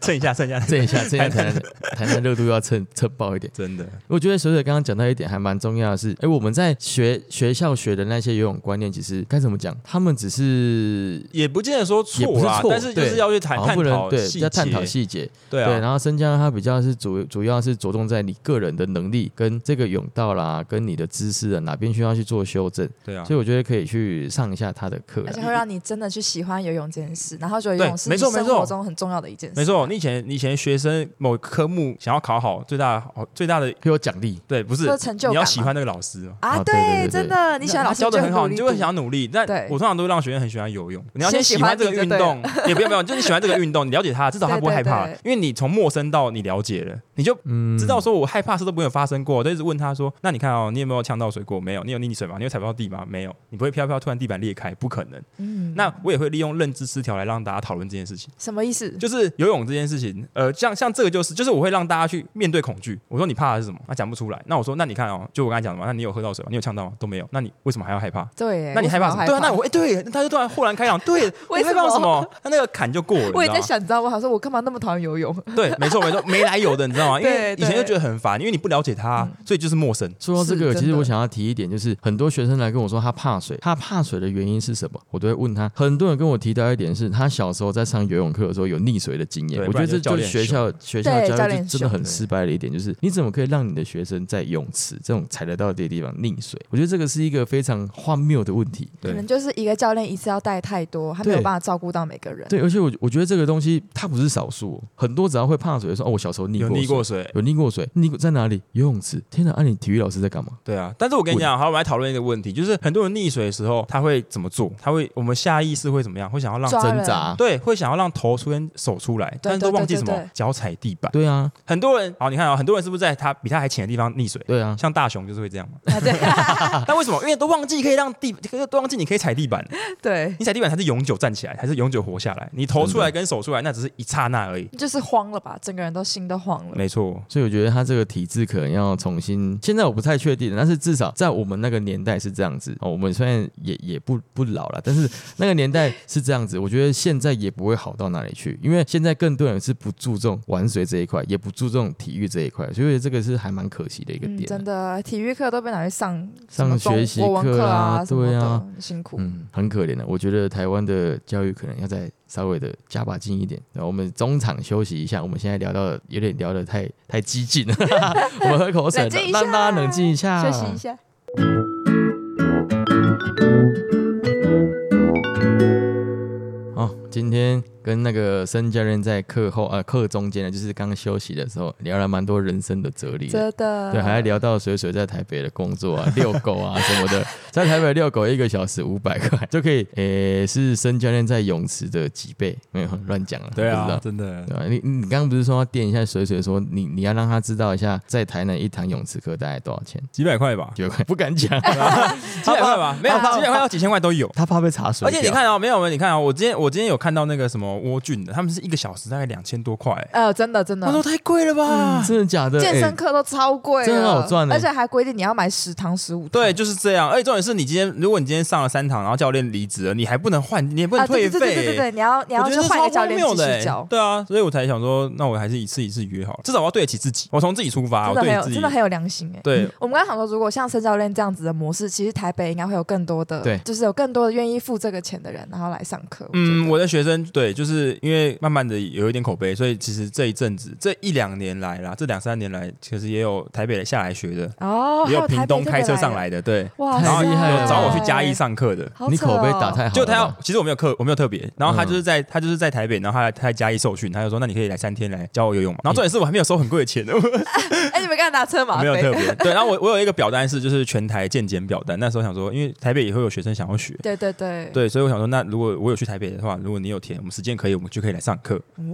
S3: 蹭一下，蹭一下，
S2: 蹭一下，蹭一下台
S3: 台
S2: 南人，台南热度要蹭蹭爆一点。
S3: 真的
S2: 我觉得水水刚刚讲到一点还蛮重要的是，哎，我们在学学校学的那些游泳观念，其实该怎么讲？他们只是
S3: 也不见得说
S2: 也不
S3: 错
S2: 是
S3: 啦，
S2: 错
S3: 但是就
S2: 对
S3: 是要去谈
S2: 好像
S3: 探
S2: 不能
S3: 讨
S2: 对
S3: 细节，
S2: 要探讨细节，
S3: 对
S2: 对，
S3: 啊，
S2: 然后深交它比较是主主要是着重在你个人的能力跟这个泳道啦，跟你的知识啊哪边需要去做修正，
S3: 对啊
S2: 所。以我觉得可以去上一下他的课啦
S1: 而。且会让你真的去喜欢游泳这件事，然后觉得游泳是你
S3: 对没错
S1: 生
S3: 没
S1: 活
S3: 错
S1: 中很重要的一件事。
S3: 没错，你以前你以前学生某科目想要考好，最大的最大的
S2: 给我奖励，
S3: 对不是
S1: 或者成就感
S3: 你要
S1: 嘛
S3: 喜欢那个老师哦。
S1: 啊，
S2: 哦对对对对
S1: 真的，你喜欢老
S3: 他
S1: 师
S3: 教的很好，
S1: 努力
S3: 你就会
S1: 读
S3: 想要努力。但
S1: 对
S3: 我通常都会让学员很喜欢游泳。你要
S1: 先
S3: 喜
S1: 喜欢
S3: 欢这个
S1: 你就
S3: 运
S1: 对
S3: 动，也不要不要，就是你喜欢这个运动，你了解他，至少他不会害怕
S1: 对对。
S3: 因为你从陌生到你了解了，你就
S2: 嗯，
S3: 知道说我害怕事都没有发生过。我就一直问他说：“那你看哦，你有没有呛到水过？没有。你有溺水吗？你有踩不到地吗？没有。你不会飘飘突然地板裂开？不可能。
S1: 嗯，
S3: 那我也会利用认知失调来让大家讨论这件事情。
S1: 什么意思？
S3: 就是游泳这件事情，呃，像像这个就是，就是我会让大家去面对恐惧。我说你怕的是什么？他、讲不出来。那我说，那你看哦，就我刚才讲的嘛，那你有喝到水吗？你有呛到吗？都没有，那你为什么还要害怕？
S1: 对耶，
S3: 那你
S1: 为什
S3: 害
S1: 么要害
S3: 怕什么？对啊，那我哎、对，那他就突然豁然开朗， 对，我
S1: 为什
S3: 害
S1: 么
S3: 怕什么？那那个坎就过了，
S1: 我也
S3: 你
S1: 在
S3: 知道
S1: 想，你知道吗？我想说我干嘛那么讨厌游泳？
S3: 吗，对，没错没错，没来由的，你知道 道吗？因为
S1: 对
S3: 以前
S1: 对嗯
S3: 就觉得很烦，因为你不了解他，所以就是陌生。
S2: 说到这
S1: 是
S2: 个，
S1: 真
S2: 其实
S1: 的
S2: 我想要提一点，就是很多学生来跟我说他怕水，他怕水的原因是什么？我都会问他。很多人跟我提到一点是，他小时候在上游泳课的时候有溺水的经验。
S3: 对
S2: 我觉得这
S3: 不然
S2: 就是
S3: 就是教练
S2: 学校学校
S1: 对
S2: 教
S1: 教
S2: 育
S1: 练
S2: 就真
S1: 秀
S2: 的很失败的一点，就是你怎么可以让你的学生在泳池这种踩得到的地方溺水？我觉得这个是一个非常荒谬的问题。
S1: 可能就是一个教练一次要带太多，他没有办法照顾到每个人。
S2: 对，而且我我觉得这个东西它不是少数哦、很多只要会怕水的说哦，我小时候溺
S3: 有
S2: 过
S3: 溺
S2: 水
S3: 过水，
S2: 有溺过水，溺过在哪里？游泳池。天哪，啊，你体育老师在干嘛？
S3: 对啊，但是我跟你讲，好，我们来讨论一个问题，就是很多人溺水的时候，他会怎么做？他会，我们下意识会怎么样？会想要让
S1: 抓人
S2: 挣扎。
S3: 对，会想要让头出跟手出来，但是都忘记什
S1: 啊对对
S3: 么
S1: 对
S3: 脚踩地板。
S2: 对啊，
S3: 很多人，好，你看啊、很多人是不是在他比他还浅的地方溺水？
S2: 对啊，
S3: 像大雄就是会这样嘛。
S1: 啊，对
S3: 但为什么？因为都忘记可以让地，都忘记你可以踩地板。
S1: 对，
S3: 你踩地板才是永久站起来，才是永久活下来。你头出来跟手出来，那只是一刹那而已。
S1: 就是慌了吧，整个人都心都慌了。
S3: 没错，
S2: 所以我觉得他这个体制可能要重新，现在我不太确定，但是至少在我们那个年代是这样子哦。我们虽然也也不不老了，但是那个年代是这样子，我觉得现在也不会好到哪里去，因为现在更多人是不注重玩水这一块，也不注重体育这一块，所以这个是还蛮可惜的一个
S1: 嗯，
S2: 点啊、
S1: 真的，体育课都被拿去上
S2: 上
S1: 什么中
S2: 学习
S1: 国文
S2: 课
S1: 课
S2: 啊
S1: 啊，什么
S2: 对
S1: 的
S2: 啊，
S1: 很辛苦。
S2: 嗯，很可怜的。我觉得台湾的教育可能要再稍微的加把劲一点。然后我们中场休息一下，我们现在聊到有点聊得太太激进了， 我们喝口水
S1: 冷静，一
S2: 让大
S1: 下
S2: 家冷静一下，
S1: 休息一下。
S2: 哦，今天跟那个申教练在课后呃课中间呢，就是刚休息的时候聊了蛮多人生的哲理的。
S1: 真的，
S2: 对，还在聊到水水在台北的工作啊，遛狗啊什么的，在台北遛狗一个小时五百块就可以，诶、是申教练在泳池的几倍？没有乱讲了，
S3: 对
S2: 不知
S3: 啊
S2: 道，
S3: 真的。
S2: 对啊，你你刚刚不是说要垫一下水水说你你要让他知道一下，在台南一堂泳池课大概多少钱？
S3: 几百块吧，
S2: 九块不敢讲，
S3: 几百块吧，没有几百块到几千块都有。
S2: 他怕被查水
S3: 而
S2: 表。
S3: 且你看啊、没有没有，你看啊、我今天我今天有看到那个什么蜗苣的，他们是一个小时大概两千多块、欸，
S1: 呃，真的真的
S3: 我，说太贵了吧？
S2: 真的假的？
S1: 健
S2: 哎
S1: 身课都超贵的，
S2: 真的很好赚欸
S1: 而且还规定你要买十堂十五。
S3: 对，就是这样。而且重点是你今天，如果你今天上了三堂，然后教练离职了，你还不能换，你也不能
S1: 啊，
S3: 退
S1: 对
S3: 费、
S1: 对
S3: 欸
S1: 对对对对，你要你
S3: 我
S1: 要
S3: 觉
S1: 去
S3: 得
S1: 换一
S3: 超
S1: 个教
S3: 荒
S1: 练
S3: 谬
S1: 继
S3: 的、
S1: 续
S3: 欸
S1: 教，，
S3: 对啊，所以我才想说，那我还是一次一次约好了，至少我要对得起自己，我从自己出发，
S1: 真
S3: 我
S1: 的很
S3: 对得
S1: 有
S3: 自己，
S1: 真的很有良心哎。
S3: 对，
S1: 我们刚刚想说，如果像申教练这样子的模式，其实台北应该会有更多的，
S2: 对
S1: 就是有更多的愿意付这个钱的人，然后来上课。
S3: 嗯，我的学生对，就是因为慢慢的有一点口碑，所以其实这一阵子这一两年来啦，这两三年来，其实也有台北下来学的，
S1: 哦，还
S3: 也有
S1: 有台
S3: 屏
S1: 北
S3: 东
S1: 这
S3: 开
S1: 个
S3: 车上
S1: 的，哦啊
S3: 来的，对，
S1: 哇塞，
S2: 太
S3: 然后
S2: 厉害了
S3: 有找我去嘉义，上课的。
S1: 好嗯
S2: 你
S1: 扯
S2: 口碑
S1: 哦
S2: 打太好了吧，
S3: 就他要，其实我没有课，我没有特别。然后他就是在、他就是在台北，然后他来他来嘉义受训，他就说：“那你可以来三天来教我游泳嘛。”然后重点是我还没有收很贵 的钱，
S1: 哎，你们刚才打车吗？
S3: 没有
S1: 对
S3: 特别。对，然后我我有一个表单是就是全台健检表单，那时候想说，因为台北也会有学生想要学，
S1: 对对对，
S3: 对，所以我想说，那如果我有去台北的话，如果你有填，我们时间可以，我们就可以来上课。
S1: 哦，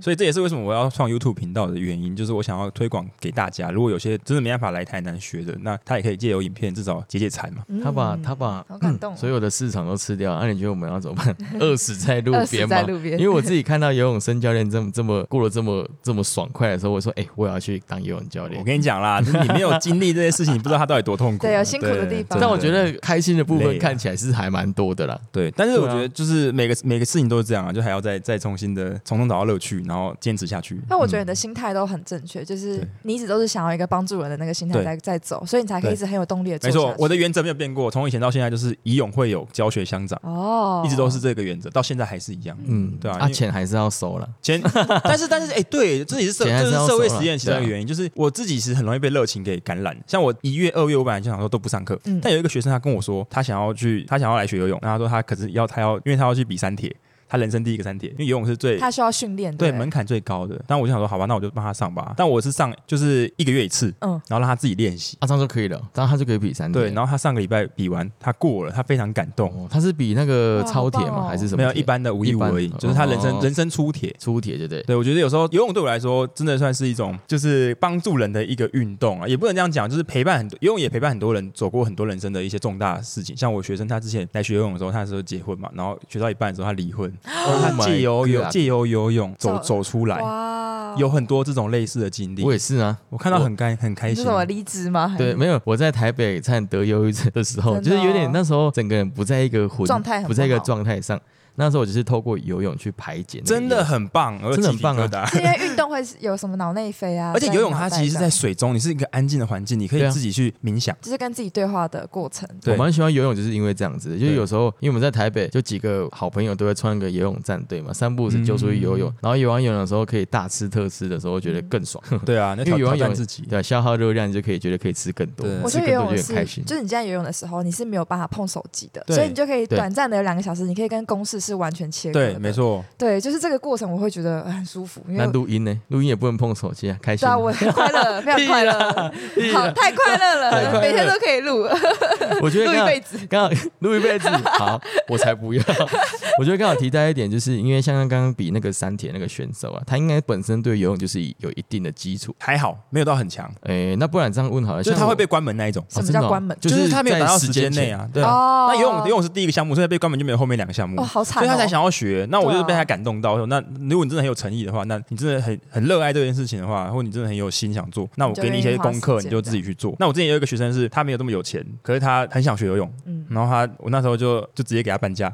S3: 所以这也是为什么我要创 YouTube 频道的原因，就是我想要推广给大家。如果有些真的没办法来台南学的，那他也可以借由影片至少解解馋嘛。
S1: 嗯
S2: 他把他把
S1: 好感
S3: 嗯
S1: 动哦，
S2: 所有的市场都吃掉，那、 啊你觉得我们要怎 么办？饿死在路
S1: 饿死
S2: 边吗
S1: 在？路边，
S2: 因为我自己看到游泳生教练这么这么过得这么这么爽快的时 候，我说，哎、我也要去当游泳教练
S3: 我。跟你讲啦，就是你没有经历这些事情，你不知道他到底多痛苦。
S1: 对有辛苦的
S3: 对
S1: 地方
S3: 真的
S2: 但我觉得开心的部
S3: 累
S2: 分
S3: 啊
S2: 看起来是还蛮多的啦。
S3: 对，但是我
S2: 对啊
S3: 觉得就是每个每个事情都是这样啊，就还要再再重新的从中找到乐趣，然后坚持下去。
S1: 那我觉得你的心态都很正确，就是
S3: 对
S1: 你一直都是想要一个帮助人的那个心态
S3: 对
S1: 在在走，所以你才可以一直很有动力的做
S3: 没
S1: 下去。
S3: 错，我的原则没有变过，从以前到现在就是以勇会友，教学相长，
S1: 哦，
S3: 一直都是这个原则，到现在还是一样。
S2: 嗯，
S3: 对啊因
S2: 啊，
S3: 为
S2: 钱还是要收了。
S3: 前， 但是但是，哎、对，这也是社，
S2: 钱还
S3: 这
S2: 是
S3: 是
S2: 要
S3: 社会
S2: 收啦
S3: 实验其中一
S2: 对
S3: 个
S2: 啊
S3: 原因，就是我自己其实很容易被热情给感染。像我一月、二月，我本来就想说都不上课，
S1: 嗯
S3: 但有一个学生他跟我说，他想要去，他想要来学游泳，然后他说他可是要他要，因为他要去比三铁，他人生第一个三铁，因为游泳是最
S1: 他需要训练，
S3: 对
S1: 不
S3: 门槛最高的。但我就想说，好吧，那我就帮他上吧。但我是上就是一个月一次，
S1: 嗯
S3: 然后让他自己练习。
S2: 啊，这样就可以了，这样他就可以比三
S3: 对，
S2: 铁
S3: 然后他上个礼拜比完，他过了，他非常感动。
S2: 哦，他是比那个
S1: 哇
S2: 超铁
S1: 好棒
S2: 吗？
S1: 哦
S2: 还是什么
S3: 没
S2: 铁？
S3: 有一般的无一无而已
S2: 一，般
S3: 就是他人生
S2: 哦
S3: 人生初铁。
S2: 粗铁，对不对？
S3: 对，我觉得有时候游泳对我来说，真的算是一种就是帮助人的一个运动啊，也不能这样讲，就是陪伴很多游泳也陪伴很多人走过很多人生的一些重大的事情。像我学生，他之前来学游泳的时候，他那时候结婚嘛，然后学到一半的时候他离婚，他
S2: Oh my
S3: 借由游
S2: God
S3: 借由游泳走
S1: 走
S3: 走出来，
S1: 哇，哦
S3: 有很多这种类似的经历
S2: 我。也是啊。
S3: 我看到很开很开
S1: 你是
S3: 心
S1: 什，么离职吗？还
S2: 对，没有，我在台北差点得忧郁症的时候，
S1: 真
S2: 就
S1: 的
S2: 是有点
S1: 哦
S2: 那时候整个人不在一个魂
S1: 状态很
S2: 不在一个
S1: 不好
S2: 状态上。那时候我只是透过游泳去排解那个
S3: 真
S2: 压
S3: 的
S2: 力。
S3: 很棒，而
S2: 真的很棒啊
S3: 啊！
S1: 是因为运动会有什么脑内 啡啊？
S3: 而且游泳它
S1: 脑袋
S3: 其实是
S1: 这
S3: 在
S1: 样
S3: 水中，你是一个安静的环境，你可
S2: 对
S3: 以
S2: 啊
S3: 自己去冥想。
S1: 就是跟自己对话的过程。
S3: 对
S2: 我蛮喜欢游泳，就是因为这样子，就是
S3: 对
S2: 有时候因为我们在台北，就几个好朋友都会穿个游泳战队嘛，三步是就出去游
S1: 嗯
S2: 泳，然后游完泳的时候可以大吃特吃的时候，我觉得更爽，
S3: 对啊，那
S2: 因
S3: 挑
S2: 为游
S3: 挑
S2: 完
S3: 战
S2: 泳
S3: 自己。
S2: 对，消耗热量，你就可以觉得可以吃更多，
S3: 对
S1: 我
S2: 吃
S1: 觉得
S2: 更
S1: 游
S2: 多
S1: 泳
S2: 就很
S1: 是
S2: 开，心。
S1: 就是你在游泳的时候，你是没有办法碰手机的，
S3: 对
S1: 所以你就可以
S2: 对
S1: 短暂的有两个小时，你可以跟公式是完全切割的。
S3: 对，没，错，
S1: 对，就是这个过程，我会觉得呃很舒服，因
S2: 那
S1: 为。
S2: 录音呢？录音也不能碰手机啊，开心
S1: 对
S2: 啊。
S1: 啊，我很快乐，非常快乐，好，太快乐
S3: 太
S1: 了，
S3: 快乐
S1: 每天都可以录， 录
S2: 我觉得
S1: 一
S2: 刚好
S1: 辈子。
S2: 刚好录一 辈子，好，我才不要。 我觉得刚好提到一点，就是因为像刚刚比那个山铁那个选手啊，他应该本身对游泳就是有一定的基础。
S3: 还好没有到很强，
S2: 诶，那不然这样问好了，
S3: 就是
S2: 像
S3: 他
S2: 我
S3: 会被关门那一种。
S2: 哦
S1: 什么
S2: 真的
S1: 叫
S2: 哦
S1: 关门
S2: 就
S3: 就是他没有达到
S2: 在
S3: 时间内啊，对啊。
S1: 哦
S3: 那游泳游泳是第一个项目，所以他被关门就没有后面两个项目
S1: 哦，。好惨
S3: 所
S1: 哦，
S3: 以他才想要学。那我就是被
S1: 对啊
S3: 他感动到。那如果你真的很有诚意的话，那你真的很很热爱这件事情的话，或你真的很有心想做，那我给你一些功课，
S1: 你就愿意花时间
S3: 你就自己去做。那我之前有一个学生是他没有这么有钱，可是他很想学游泳，
S1: 嗯
S3: 然后他我那时候就就直接给他半 价。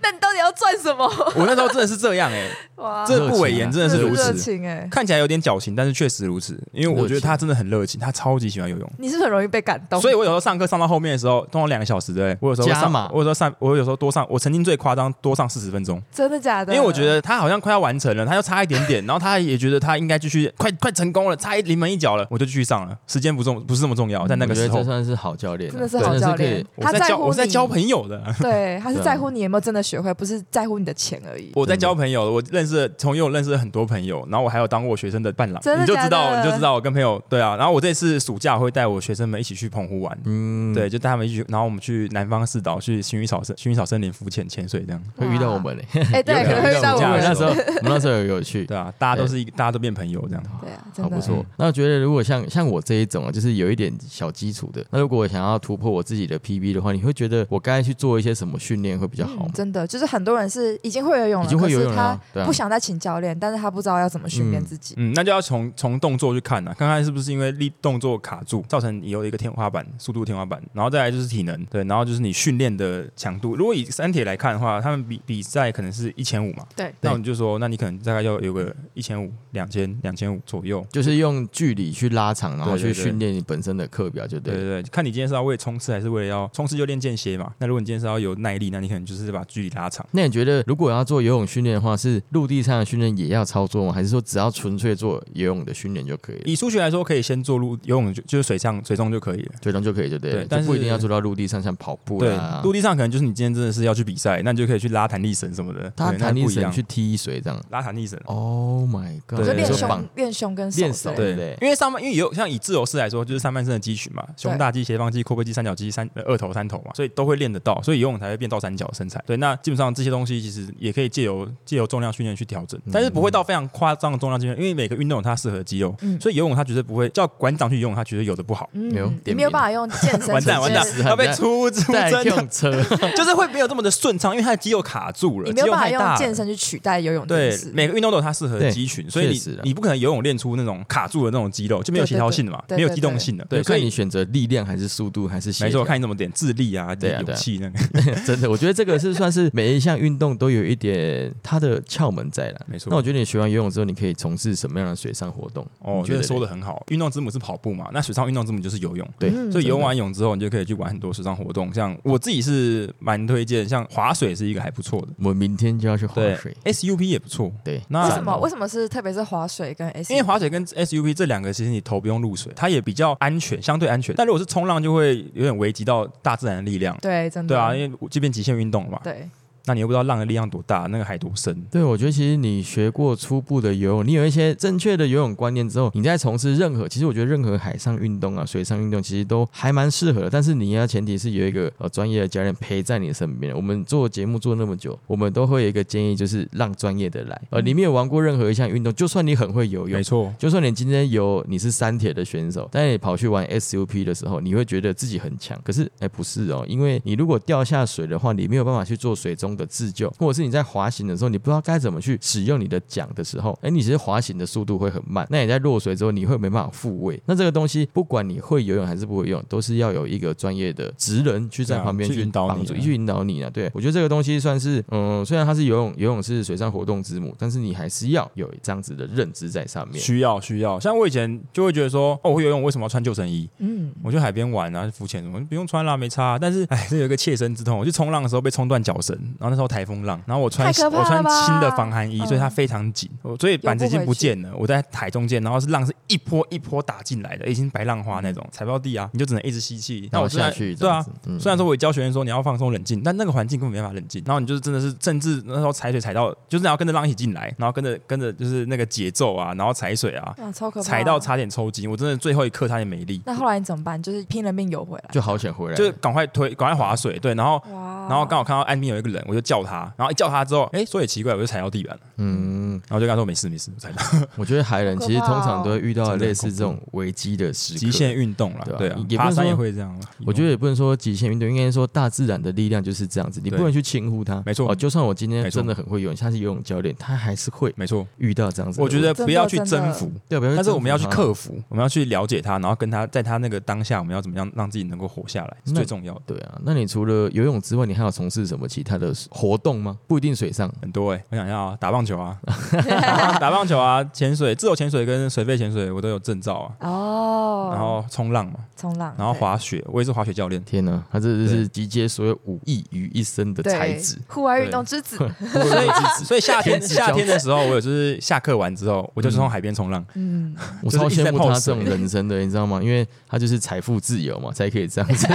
S1: 那你到底要赚什么？
S3: 我那时候真的是这样哎、
S1: 哇，
S3: 这不伪言，真的是如
S1: 哦热
S3: 此。
S1: 情哎，
S3: 看起来有点矫情，但是确实如此，因为我觉得他真的很热情，他超级喜欢游泳。
S1: 你是不是很容易被感动？
S3: 所以我有时候上课上到后面的时候，通常两个小时对不对，我有时候会
S2: 加
S3: 上
S2: 码，
S3: 我有时候上，我有时候多上，我曾经最夸张多上四十分钟，
S1: 真的假
S3: 因
S1: 的？
S3: 为我觉得他好像快要完成了，他又差一点点，然后他也觉得他应该继续，快快成功了，差一临门一脚了，我就继续上了。时间不重不是那么重啊要，在那个
S2: 嗯我觉
S3: 时
S2: 得
S3: 候
S2: 这，算是好教练啊，
S1: 真的是好
S2: 真
S1: 教
S2: 的可以
S1: 练。，
S3: 我是
S1: 他在
S3: 在交
S1: 乎
S3: 我是在
S1: 你
S3: 交朋 友的。
S1: 对，他是
S2: 对啊
S1: 在乎你有没有真的学会，不是在乎你的钱而已。
S3: 我在交朋友的，我认识了从游泳认识了很多朋友，然后我还有当过我学生的伴郎，
S1: 真的
S3: 你就
S1: 假
S3: 知道
S1: 的
S3: 你就知道我跟朋友对啊，然后我这次暑假会带我学生们一起去澎湖玩，
S2: 嗯，
S3: 对，，就带他们一起去，然后我们去南方四岛去薰衣草森薰衣草森林浮潜潜水这样，
S2: 会遇到我们嘞。
S1: 哎，对，
S3: 有
S1: 可能
S3: 可
S1: 会
S3: 能
S1: 遇到我
S3: 有
S2: 我们
S3: 这
S1: 们
S2: 那
S3: 样，
S2: 时 候，我们那时候有有去，
S3: 对啊，嗯大家都是一大家都变朋友这样，
S1: 对啊，真
S2: 好
S1: 的
S2: 不错。那我觉得如果像像我这一种啊，就是有一点小基础的，那如果我想要突破我自己的 PB 的话，你会觉得我该去做一些什么训练会比较好
S1: 嗯
S2: 吗？
S1: 真的就是很多人是已经会
S3: 嗯
S1: 游泳了，
S2: 已经会游泳
S1: 可
S2: 了
S1: 是
S2: 啊
S1: 他
S2: 对啊
S1: 不想再请教练，但是他不知道要怎么训练自己。
S3: 嗯，那就要从从动作去看啊呐、看看是不是因为力动作卡住，造成你有一个天花板，速度天花板，然后再来就是体能，对，然后就是你训练的强度。如果以三铁来看的话，他们比比赛可能是一千五嘛，
S1: 对
S3: 那我们就说，那你可能大概要有个一千五、两千、两千五左右。
S2: 就是用距离去拉长，然后
S3: 对对
S2: 去
S3: 对
S2: 训练你本身的课表，就对
S3: 对
S2: 了。
S3: 对对，看你今天是要为冲刺，还是为了要冲刺就练间歇嘛？那如果你今天是要有耐力，那你可能就是把距离拉长。
S2: 那你觉得，如果要做游泳训练的话，是陆地上的训练也要操作吗？还是说只要纯粹做游泳的训练就可以了？
S3: 以数学来说，可以先做路游泳，就就是水上水中就可以了。
S2: 最终就可以，就对了，
S3: 对
S2: 就
S3: 但是
S2: 不一定要做到陆地上，像跑步
S3: 对
S1: 啊
S2: 啦，、
S3: 陆地上可能就是你今天真的是要去比赛，那你就可以去拉弹力绳什么的，
S2: 他
S3: 对
S2: 弹
S3: 那
S2: 力
S3: 不一
S2: 绳
S3: 样
S2: 去踢水这样。
S3: 拉弹力绳。哦
S2: Oh my god！
S3: 对
S1: 就
S2: 你
S1: 练
S2: 说
S3: 对
S2: 绑
S1: 胸、练胸跟
S2: 练
S1: 手
S2: 手
S1: 之类的。
S3: 对，
S2: 对
S3: 因为上半因为有像以自由式来说，就是上半身的肌群嘛，胸大肌、斜方肌、阔背肌、三角肌、三呃二头、三头嘛，所以都会练得到，所以游泳才会变倒三角身材。对，那基本上这些东西其实也可以借由借由重量训练去调
S1: 嗯
S3: 整，但是不会到非常夸张的重量训练，因为每个运动有它适合的肌肉，
S1: 嗯
S3: 所以游泳它绝对不会叫馆长去游泳，他绝对游的不好。
S2: 没有
S1: 嗯，你
S2: 点
S1: 没有
S2: 名
S1: 办法用健身
S3: 完蛋完
S1: 直接
S2: 是，
S3: 蛋 要被出出
S2: 在
S3: 征了
S2: 用， 车，
S3: 就是会没有这么的顺畅，因为他的肌肉卡住了，
S1: 你
S3: 肌
S1: 没有
S3: 肉
S1: 办法
S3: 太大
S1: 用
S3: 了。
S1: 健身去取代游泳这件
S3: 对，
S1: 事。
S3: 每个运动都有它适合的
S2: 对
S3: 肌群，所以
S2: 确实
S3: 你
S2: 啊
S3: 你不可能游泳练出那种卡住的那种肌肉，就没有协调性的嘛，
S1: 对对对
S3: 没有机动性的。
S2: 对，
S3: 所
S2: 看
S3: 以
S2: 你选择力量还是速度还是协
S3: 没错，
S2: 调。
S3: 看你怎么点智力啊，
S2: 对啊
S3: 勇
S2: 对啊
S3: 气那个，
S2: 真的，我觉得这个是算是每一项运动都有一点它的窍门在了。
S3: 没错
S2: 那我觉得你学完游泳之后，你可以从事什么样的水上活动？
S3: 哦，
S2: 你
S3: 我觉得说
S2: 嘞
S3: 的很好。运动之母是跑步嘛，那水上运动之母就是游泳。
S2: 对，
S1: 嗯
S3: 所以游
S2: 真的
S3: 完泳之后，你就可以去玩很多水上活动。像我自己是蛮推荐，像划水是一个还不错的，
S2: 我明天就要去划
S3: 对
S2: 水。
S3: ，SUP 也不错。
S2: 对，
S3: 那
S1: 为什么？为什么是特别是划水跟 S？
S3: 因为划水跟 SUP 这两个，其实你头不用入水，它也比较安全，相对安全。但如果是冲浪，就会有点危及到大自然的力量。
S1: 对，真的
S3: 对啊，因为这边极限运动嘛，
S1: 嗯对
S3: 那你又不知道浪的力量多大，那个海多深。
S2: 对，我觉得其实你学过初步的游泳，你有一些正确的游泳观念之后，你在从事任何，其实我觉得任何海上运动啊、水上运动，其实都还蛮适合的。但是你要前提是有一个呃专业的教练陪在你身边。我们做节目做那么久，我们都会有一个建议，就是让专业的来。呃，你没有玩过任何一项运动，就算你很会游泳。
S3: 错，
S2: 就算你今天有你是三铁的选手，但你跑去玩 SUP 的时候，你会觉得自己很强。可是，哎，不是哦，因为你如果掉下水的话，你没有办法去做水中的自救，或者是你在滑行的时候，你不知道该怎么去使用你的桨的时候，哎，你其实滑行的速度会很慢，那你在落水之后，你会没办法复位。那这个东西，不管你会游泳还是不会游泳，都是要有一个专业的职人去在
S3: 对啊
S2: 旁边
S3: 去引导你
S2: 帮助
S3: 啊
S2: 去引导你啊。对我觉得这个东西算是，嗯，虽然它是游泳，游泳是水上活动之母，但是你还是要有这样子的认知在上面。
S3: 需要需要，像我以前就会觉得说，哦，我会游泳，为什么要穿救生衣？
S1: 嗯，
S3: 我去海边玩啊，浮潜什么不用穿啦，没差、但是， 哎，这有一个切身之痛，我去冲浪的时候被冲断脚绳，然后那时候台风浪，然后我穿
S1: 太可怕
S3: 我
S1: 了吧
S3: 穿轻的防寒衣，
S1: 嗯
S3: 所以它非常紧，我所以板子已经
S1: 游不
S3: 不
S1: 回去
S3: 见了。我在海中间，然后是浪是一波一波打进来的，已经白浪花那种，踩不到地啊，你就只能一直吸气。那
S2: 然
S3: 我
S2: 后
S3: 虽然
S2: 下去，
S3: 对啊，，
S2: 嗯
S3: 虽然说我也教学员说你要放松冷静，但那个环境根本没办法冷静。然后你就是真的是，甚至那时候踩水踩到，就是你要跟着浪一起进来，然后跟着跟着就是那个节奏啊，然后踩水啊，
S1: 哇，超可怕，
S3: 踩到。差点抽筋，我真的最后一刻差点没力，
S1: 那后来你怎么办？就是拼了命游回来，
S2: 就好想回来，
S3: 就是赶快推，赶快划水，对，然后。
S1: 哇！
S3: 然后刚好看到岸边有一个人，我就叫他，然后一叫他之后，哎，说也奇怪，我就踩到地板了，
S2: 嗯。
S3: 然后就跟他说没事没事，我踩到
S2: 我觉得海人其实通常都会遇到类似这种危机的时刻。
S3: 极限运动了
S2: 对，啊
S3: 对啊
S2: 也，不
S3: 爬
S2: 能
S3: 山也
S2: 说
S3: 会这样啊。
S2: 我觉得也不能说极限运动，应该说大自然的力量就是这样子，你
S3: 对
S2: 不能去轻忽它。
S3: 没错
S2: 哦，就算我今天
S3: 没错
S2: 真的很会游泳，下次游泳教练他还是会
S3: 没错，
S2: 遇到这样子的
S3: 我
S2: 问题。
S3: 觉得
S1: 真的
S3: 不要去
S1: 真的
S3: 征服，
S2: 对，不要去
S3: 但是我们要去
S2: 征服它。
S3: 克服，我们要去了解他，然后跟他在他那个当下，我们要怎么样让自己能够活下来是
S2: 那
S3: 最重要的。
S2: 对啊，那你除了游泳之外，你还有从事什么其他的活动吗？不一定水上，。
S3: 很多哎、我想一下啊，打棒球啊，打棒球啊，潜水、自由潜水跟水肺潜水我都有证照啊，
S1: 哦，
S3: 然后冲浪嘛，
S1: 冲浪，
S3: 然后
S1: 对
S3: 滑雪，我也是滑雪教练
S2: 天哪，他这就是
S3: 对
S2: 集结所有武艺于一身的
S1: 对
S2: 才智。
S1: 户外运动之子，
S3: 所以，所以夏天
S2: 天之骄
S3: 夏天的时候，我有就是下课完之后，我就从海边冲浪。
S1: 嗯，
S2: 我
S3: 就是
S2: 超
S3: 一直
S2: 羡
S3: 在
S2: 慕
S3: 泡
S2: 他
S3: 水
S2: 这种人生的，你知道吗？因为他就是财富自由嘛，才可以 这样子。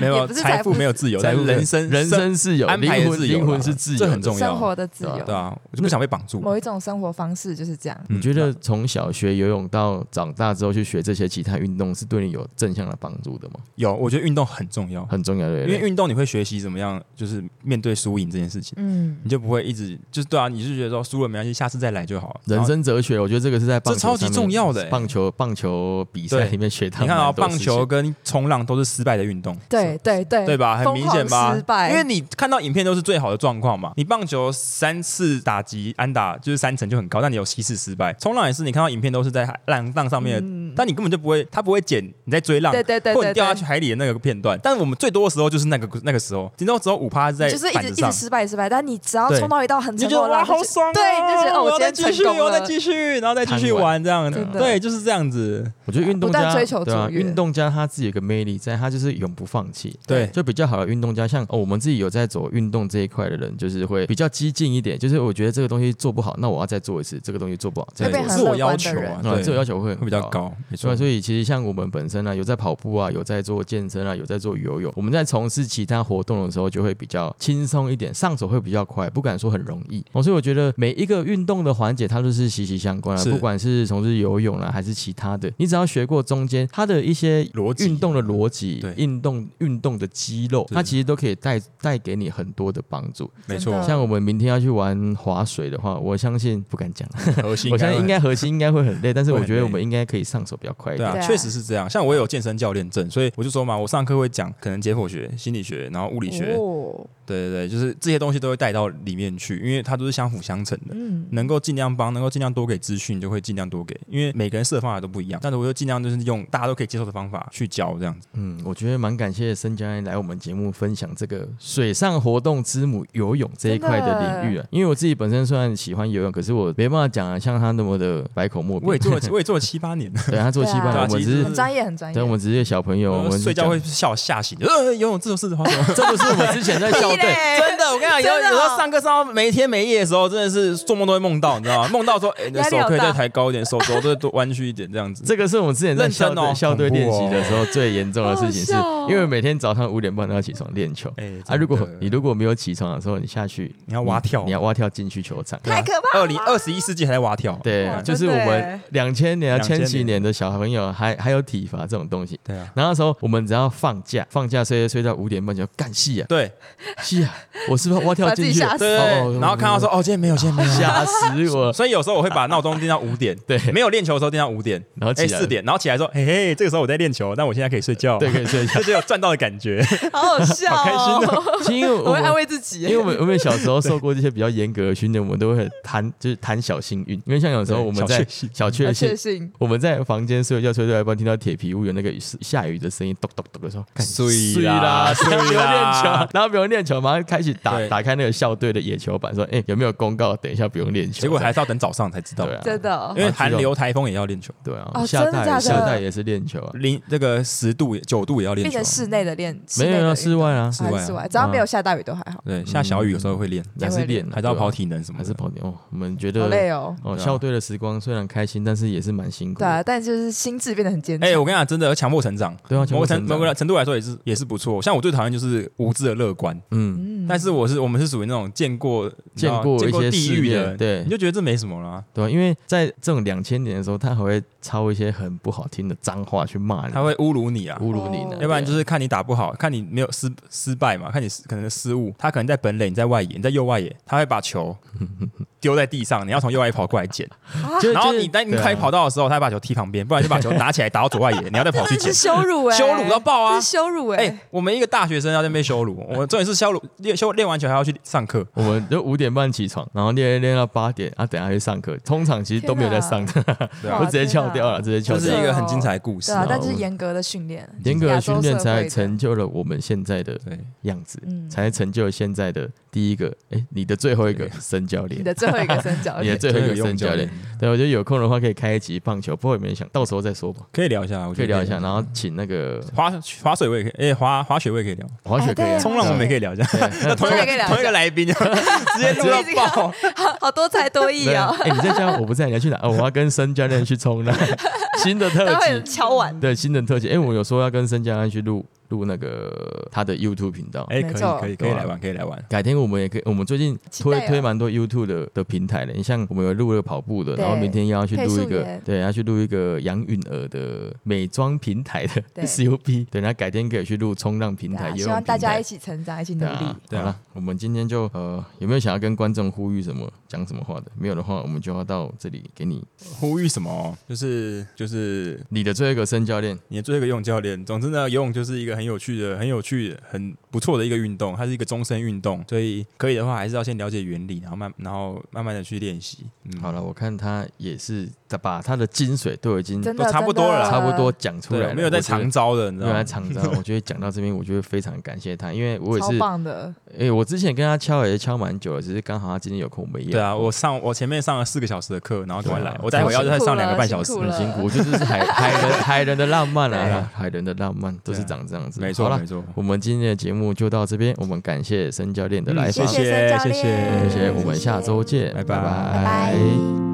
S3: 没
S1: 也
S3: 有
S1: 不是
S3: 啊财
S1: 财
S3: 富
S1: 富
S3: 没有自由，
S2: 财
S3: 但
S2: 富
S3: 是人生
S2: 人生是有
S3: 安
S2: 灵
S3: 排也
S2: 魂，
S3: 自由啦
S2: 灵魂是自由的，
S3: 这很重要
S1: 生活的自
S2: 对
S1: 由
S3: 对，啊，我就不想被绑住。
S1: 某一种生活方式就是这样。
S2: 我觉得从小学游泳到长大之后去学这些其他运动，是对你有正向的帮助的吗？
S3: 有，我觉得运动很重要，
S2: 很重要的，
S3: 因为运动你会学习怎么样，就是面对输赢这件事情，
S1: 嗯
S3: 你，就不会一直就是对啊，你就觉得说输了没关系，下次再来就好了。然
S2: 人
S3: 后
S2: 生哲学，我觉得这个是在棒球
S3: 这超级
S2: 上面
S3: 重要的欸
S2: 棒球棒球比赛
S3: 对
S2: 里面学到
S3: 你
S2: 蛮多事情。
S3: 看啊，棒球跟冲浪都是失败的运动，
S1: 对对对，
S3: 对吧？很
S1: 疯
S3: 明
S1: 狂
S3: 显吧
S1: 失？败，
S3: 因为你看到影片都是最好的状况嘛。你棒球三次打击安打就是三成就很高，但你有七次失败。冲浪也是，你看到影片都是在浪浪上面的，
S1: 嗯
S3: 但你根本就不会，他不会剪你在追浪，
S1: 对对对
S3: 或者
S1: 对
S3: 你掉下
S1: 对，
S3: 去海里的那个片段。但我们最多的时候就是那个那个时候，顶多只有五趴是在
S1: 就是一
S3: 板
S1: 直
S3: 子
S1: 一
S3: 上
S1: 直。失败失败，但你只要
S3: 对
S1: 冲到一道很
S3: 你
S1: 成
S3: 就
S1: 功
S3: 觉
S1: 的
S3: 得哇，
S1: 浪，
S3: 好
S1: 就是
S3: 爽、哦！
S1: 对，你就觉得哦，
S3: 我要
S1: 今
S3: 再
S1: 天
S3: 继
S1: 成
S3: 续，
S1: 功
S3: 我要再
S1: 了，
S3: 继续，然后再继续
S2: 贪玩
S3: 玩这样，
S2: 真
S1: 的
S3: 对，就是这样子，
S2: 我觉得运动
S1: 不
S2: 家
S1: 断追求
S2: 对啊，
S1: 卓越
S2: 运动家他自己有个魅力在，他就是永不放弃。
S3: 对，
S2: 就比较好的运动家，像、哦、我们自己有在走运动这一块的人，就是会比较激进一点。就是我觉得这个东西做不好，那我要再做一次；这个东西做不好，再
S1: 会
S2: 做
S1: 变
S2: 一
S1: 成
S2: 次。
S3: 自我要
S1: 乐观的
S3: 求啊
S1: 人，
S2: 啊，
S3: 对，啊
S2: 自我要求会
S3: 会比较。高，没
S2: 所
S3: 错
S2: 以，，所以其实像我们本身呢、有在跑步啊，有在做健身啊，有在做游泳。我们在从事其他活动的时候，就会比较轻松一点，上手会比较快，不敢说很容易。哦，所以我觉得每一个运动的环节，它都是息息相关啊。
S3: 是
S2: 不管是从事游泳啊，还是其他的，你只要学过中间它的一些
S3: 逻辑
S2: 运动的逻辑
S3: 对、
S2: 运动运动的肌肉，
S3: 是
S2: 它其实都可以带带给你很多的帮助。
S3: 没
S1: 真
S3: 错，
S1: 的
S2: 像我们明天要去玩划水的话，我相信不敢讲，
S3: 核心
S2: 我相信
S3: 会
S2: 应该核心应该会很累，但是
S3: 会
S2: 我
S3: 很
S2: 觉得
S3: 累
S2: 我们应该可以上手比较快一
S3: 对
S2: 点。
S3: 啊，
S1: 对啊
S3: 确实是这样。像我也有健身教练证，所以我就说嘛，我上课会讲可能解剖学、心理学，然后物理学，
S1: 哦，
S3: 对对对，就是这些东西都会带到里面去，因为它都是相辅相成的。
S1: 嗯，
S3: 能够尽量帮，能够尽量多给资讯，就会尽量多给，因为每个人试的方法都不一样。但是我就尽量就是用大家都可以接受的方法去教这样子。
S2: 嗯，我觉得蛮感谢申教练来我们节目分享这个水上活动之母游泳这一块的领域啊。因为我自己本身虽然喜欢游泳，可是我没办法讲啊，像他那么的百口莫辩。
S3: 我也做 了，我也做了七八年，
S2: 对他做七八
S1: 对
S2: 年，
S1: 啊
S2: 我们
S3: 其
S2: 只
S3: 实
S1: 很
S2: 是
S1: 专业，很专业
S2: 对，我。们只是小朋友，我们
S3: 睡觉会笑吓醒，呃，游泳这种事 的话，
S2: 这不是我们之前在校队。
S1: 嘞
S3: 真的，我跟你讲，有
S1: 真的
S3: 有
S1: 哦
S3: 时候上课上到没天没夜的时候，真的是做梦都会梦到，你知 道吗？梦到说，哎、你的
S1: 压力
S3: 手
S1: 好
S3: 可以再
S1: 大
S3: 抬高一点，手肘再多弯曲 一点，这样子。
S2: 这个是我们之前在校
S3: 认真哦
S2: 队校队
S3: 恐怖
S2: 练
S3: 哦
S2: 习的时候最严重的事情，是
S1: 好好笑哦
S2: 因为每天早上五点半都要起床练球。
S3: 哎、
S2: 啊，如果
S3: 真的
S2: 你如果没有起床的时候，你下去
S3: 你要蛙跳
S2: 你要蛙跳进去球场。
S1: 太可怕了！
S3: 二 零二十一世纪还在蛙跳，
S2: 对
S1: 哇，
S2: 就是
S1: 真
S2: 我
S1: 的
S2: 们
S1: 耶
S2: 两千年、啊、
S3: 2000
S2: 千禧年的小朋友还还有体罚这种东西。
S3: 对啊，
S2: 然后那时候我们只要放假，放假睡睡睡到五点半就要干戏啊
S3: 对，
S2: 戏啊！我是不是 要花跳
S1: 把自
S2: 进
S1: 己
S2: 去，
S1: 吓死
S3: 对，
S2: 哦
S3: 然后看到说，哦，今天没有，今天没有，
S2: 吓死我，
S3: 所以有时候我会把闹钟定到五点，
S2: 对
S3: 没有练球的时候定到五点，
S2: 然后起
S3: 哎
S2: 来
S3: 四点，然后起来说，嘿嘿，这个时候我在练球，但我现在可以睡觉，
S2: 对，可以睡觉。
S3: 这就有赚到的感 觉，
S1: 好好笑、哦，
S3: 好开心
S2: 其实因 为
S1: 我
S2: 我
S1: 会安
S2: 们
S1: 慰自己，
S2: 因为我们我们小时候受过这些比较严格的训练，我们都会很贪，就是贪小幸运。因为像有时候
S3: 对
S2: 我们
S3: 小
S2: 在
S3: 确幸
S2: 小确
S1: 很
S2: 幸
S1: 确，信，
S2: 我们在房间睡觉睡到一半，听到铁皮屋有那个雨下雨的声音，咚咚咚的时候，干
S3: 碎
S2: 啦，
S3: 啦
S2: 不 用
S3: 碎
S2: 练球
S3: 啦，
S2: 然后不用练球，马上开始打
S3: 对
S2: 打开那个校队的野球板，说，哎，有没有公告？等一下不用练球。
S3: 结果还是要等早上才知道
S2: 对，啊，
S1: 真的哦、
S3: 因为寒流台风也要练球，
S2: 对啊，
S1: 哦
S2: 下
S1: 真的假
S2: 带
S1: 的
S2: 下带也是练球啊，
S3: 零这个十度九度也要练
S1: 变
S3: 球啊
S1: 成，室内的练，室
S2: 没
S1: 内的
S2: 有啊，
S1: 运
S2: 室外啊，
S3: 室
S1: 动还
S3: 外啊嗯
S1: 是室外，只要没有下大雨都还好，
S3: 对，下小雨有时候会练，
S2: 还是练啊，
S3: 还是要
S2: 对啊
S3: 跑体能什么
S2: 还
S3: 的
S2: 是，跑点哦。我们觉
S1: 好累
S2: 得
S1: 哦。
S2: 哦，
S3: 对啊
S2: 校队的时光虽然开心，但是也是蛮辛苦
S1: 对啊，
S2: 的。
S1: 但就是心智变得很坚强。
S3: 哎，我跟你讲，真的强迫成长，
S2: 对啊，
S3: 某个程
S2: 全部
S3: 某
S2: 成
S3: 个
S2: 长
S3: 程度来说也是也是不错。像我最讨厌就是无知的乐观，
S2: 嗯，
S1: 嗯
S3: 但是我是我们是属于那种见过你知
S2: 见
S3: 道
S2: 过
S3: 见
S2: 一
S3: 过
S2: 些
S3: 地
S2: 世
S3: 狱的
S2: 面，
S3: 人，
S2: 对
S3: 你就觉得这没什么啦。
S2: 对啊，因为在这种两千年的时候，他还会抄一些很不好听的脏话去骂你，
S3: 他会侮辱你啊，
S2: 侮辱你
S1: 哦，
S2: 呢嗯对
S3: 要不然就是看你打不好，看你没有失失败嘛，看你失可能失误，他可能在本垒，你在外野，你在右外野，他会把球丢在地上，你要从右外野跑过来捡，
S1: 啊，
S2: 就
S3: 然后你
S2: 在
S3: 在你开跑道的时候，他会把球踢旁边，不然就把球拿起来打到左外野，你要再跑去
S1: 这
S3: 捡
S1: 是，羞辱哎、
S3: 羞辱到爆啊
S1: 这！是羞辱哎、
S3: 哎、我们一个大学生要在那边羞辱，我重点是羞辱练修练完球还要去上课，
S2: 我们就五点半起床，然后练练到八点，啊，等一下去上课。通常其实都没有在上课，
S3: 对
S1: 啊
S2: 我直接翘掉了，
S1: 天
S2: 直接翘
S3: 这是
S2: 掉
S3: 一
S2: 了。
S3: 个很精彩的故事
S1: 对。啊，
S2: 是
S1: 但就是
S2: 我
S1: 严格的训练，
S2: 严格的训练
S1: 亚
S2: 才
S1: 洲社会的
S2: 成就了我们现在的
S3: 对，
S2: 样子，
S1: 嗯
S2: 才成就了现在的第一个，哎，你的最后一个身教
S1: 你
S2: 练。
S1: 的最后一个身脚，
S2: 你的最后
S3: 啊
S2: 一个身教练
S3: 这个，
S2: 对我觉得有空的话可以开一集棒球，不过也没想，到时候再说吧，
S3: 可以聊一下，我
S2: 可
S3: 觉
S2: 以
S3: 得
S2: 聊一下，然后请那个
S3: 滑滑水我也可以，哎、滑滑雪我也可以聊，啊
S2: 滑雪可以
S1: 哎
S2: 啊，
S1: 对
S3: 冲浪我们也可以聊一下， 那同
S1: 冲
S3: 一
S1: 浪也可以
S3: 个
S1: 聊一下
S3: 同一个来宾，啊 直接录到爆，
S1: 好好多才多艺
S2: 对啊
S1: 哦，
S2: 哎、你在家我不在，你要去哪？哦，我要跟申教练去 冲浪，新的特
S1: 他
S3: 啊
S1: 会很
S2: 辑，
S1: 敲碗，
S2: 对，新的特辑。哎、我有说要跟申教练去录录那个他的 YouTube 频道。
S3: 哎、
S1: 没
S3: 可以
S1: 错
S3: 可以可以来玩，可以来玩。
S2: 改天我们也可以，我们最近
S1: 期待
S2: 推
S1: 哦
S2: 推蛮多 YouTube 的的平台的。你像我们有录了跑步的，
S1: 对
S2: 然后明天又要去录一
S1: 配速
S2: 个
S1: 员，
S2: 对，要去录一个杨允儿的美妆平台的
S1: 对
S2: CUP。对，那改天可以去录冲浪
S3: 嗯
S2: 平
S1: 对
S2: 台，
S1: 啊
S2: 游泳
S1: 希望大
S2: 平
S1: 家
S2: 台
S1: 一起成长，一起努
S2: 对
S1: 力
S2: 啊。，
S3: 对啊
S2: 好了，我们今天就呃，有没有想要跟观众呼吁什么、讲什么话的？没有的话，我们就要到这里给你
S3: 呼吁什么？就是就是
S2: 你的最后一个身教练，
S3: 你的最后一个游泳教练。总之呢，游泳就是一个很有趣的、很有趣的、很不错的一个运动，它是一个终身运动，所以可以的话还是要先了解原理，然后慢然后慢慢的去练习。嗯，
S2: 好了，我看他也是把他的精髓都已经
S1: 真的啊
S3: 都差不多了啦
S2: 差不多讲出
S3: 啊对，
S2: 来
S3: 我
S2: 了，
S3: 没有在长招的，你
S2: 我
S3: 知
S2: 觉得。没
S3: 道
S2: 有在？
S3: 吗
S2: 长招，我觉得讲到这边，我就会非常感谢他，因为我也
S1: 超
S2: 是，
S1: 棒的，
S2: 哎，我之前跟他敲也是敲蛮久了，只是刚好他今天有空，我们也
S3: 对啊，我上我前面上了四个小时的课，然后突然
S2: 对
S3: 来
S2: 啊，
S3: 我待会要再上两个半
S1: 辛
S3: 小
S1: 苦
S3: 时。
S2: 很
S1: 了
S2: 辛苦，我觉得这是 海海人海人的浪漫
S1: 对
S2: 啊
S3: 啊，
S2: 海人的浪漫都是长这样子，
S3: 没
S2: 好
S3: 错，
S2: 了
S3: 没。错。
S2: 我们今天的节目就到这边，我们感谢申教练的来
S3: 嗯
S1: 谢
S2: 访，
S3: 谢
S1: 谢
S3: 谢
S1: 孙教练
S3: 谢
S2: 谢谢，我们下周见，
S3: 拜拜
S2: 拜
S1: 拜拜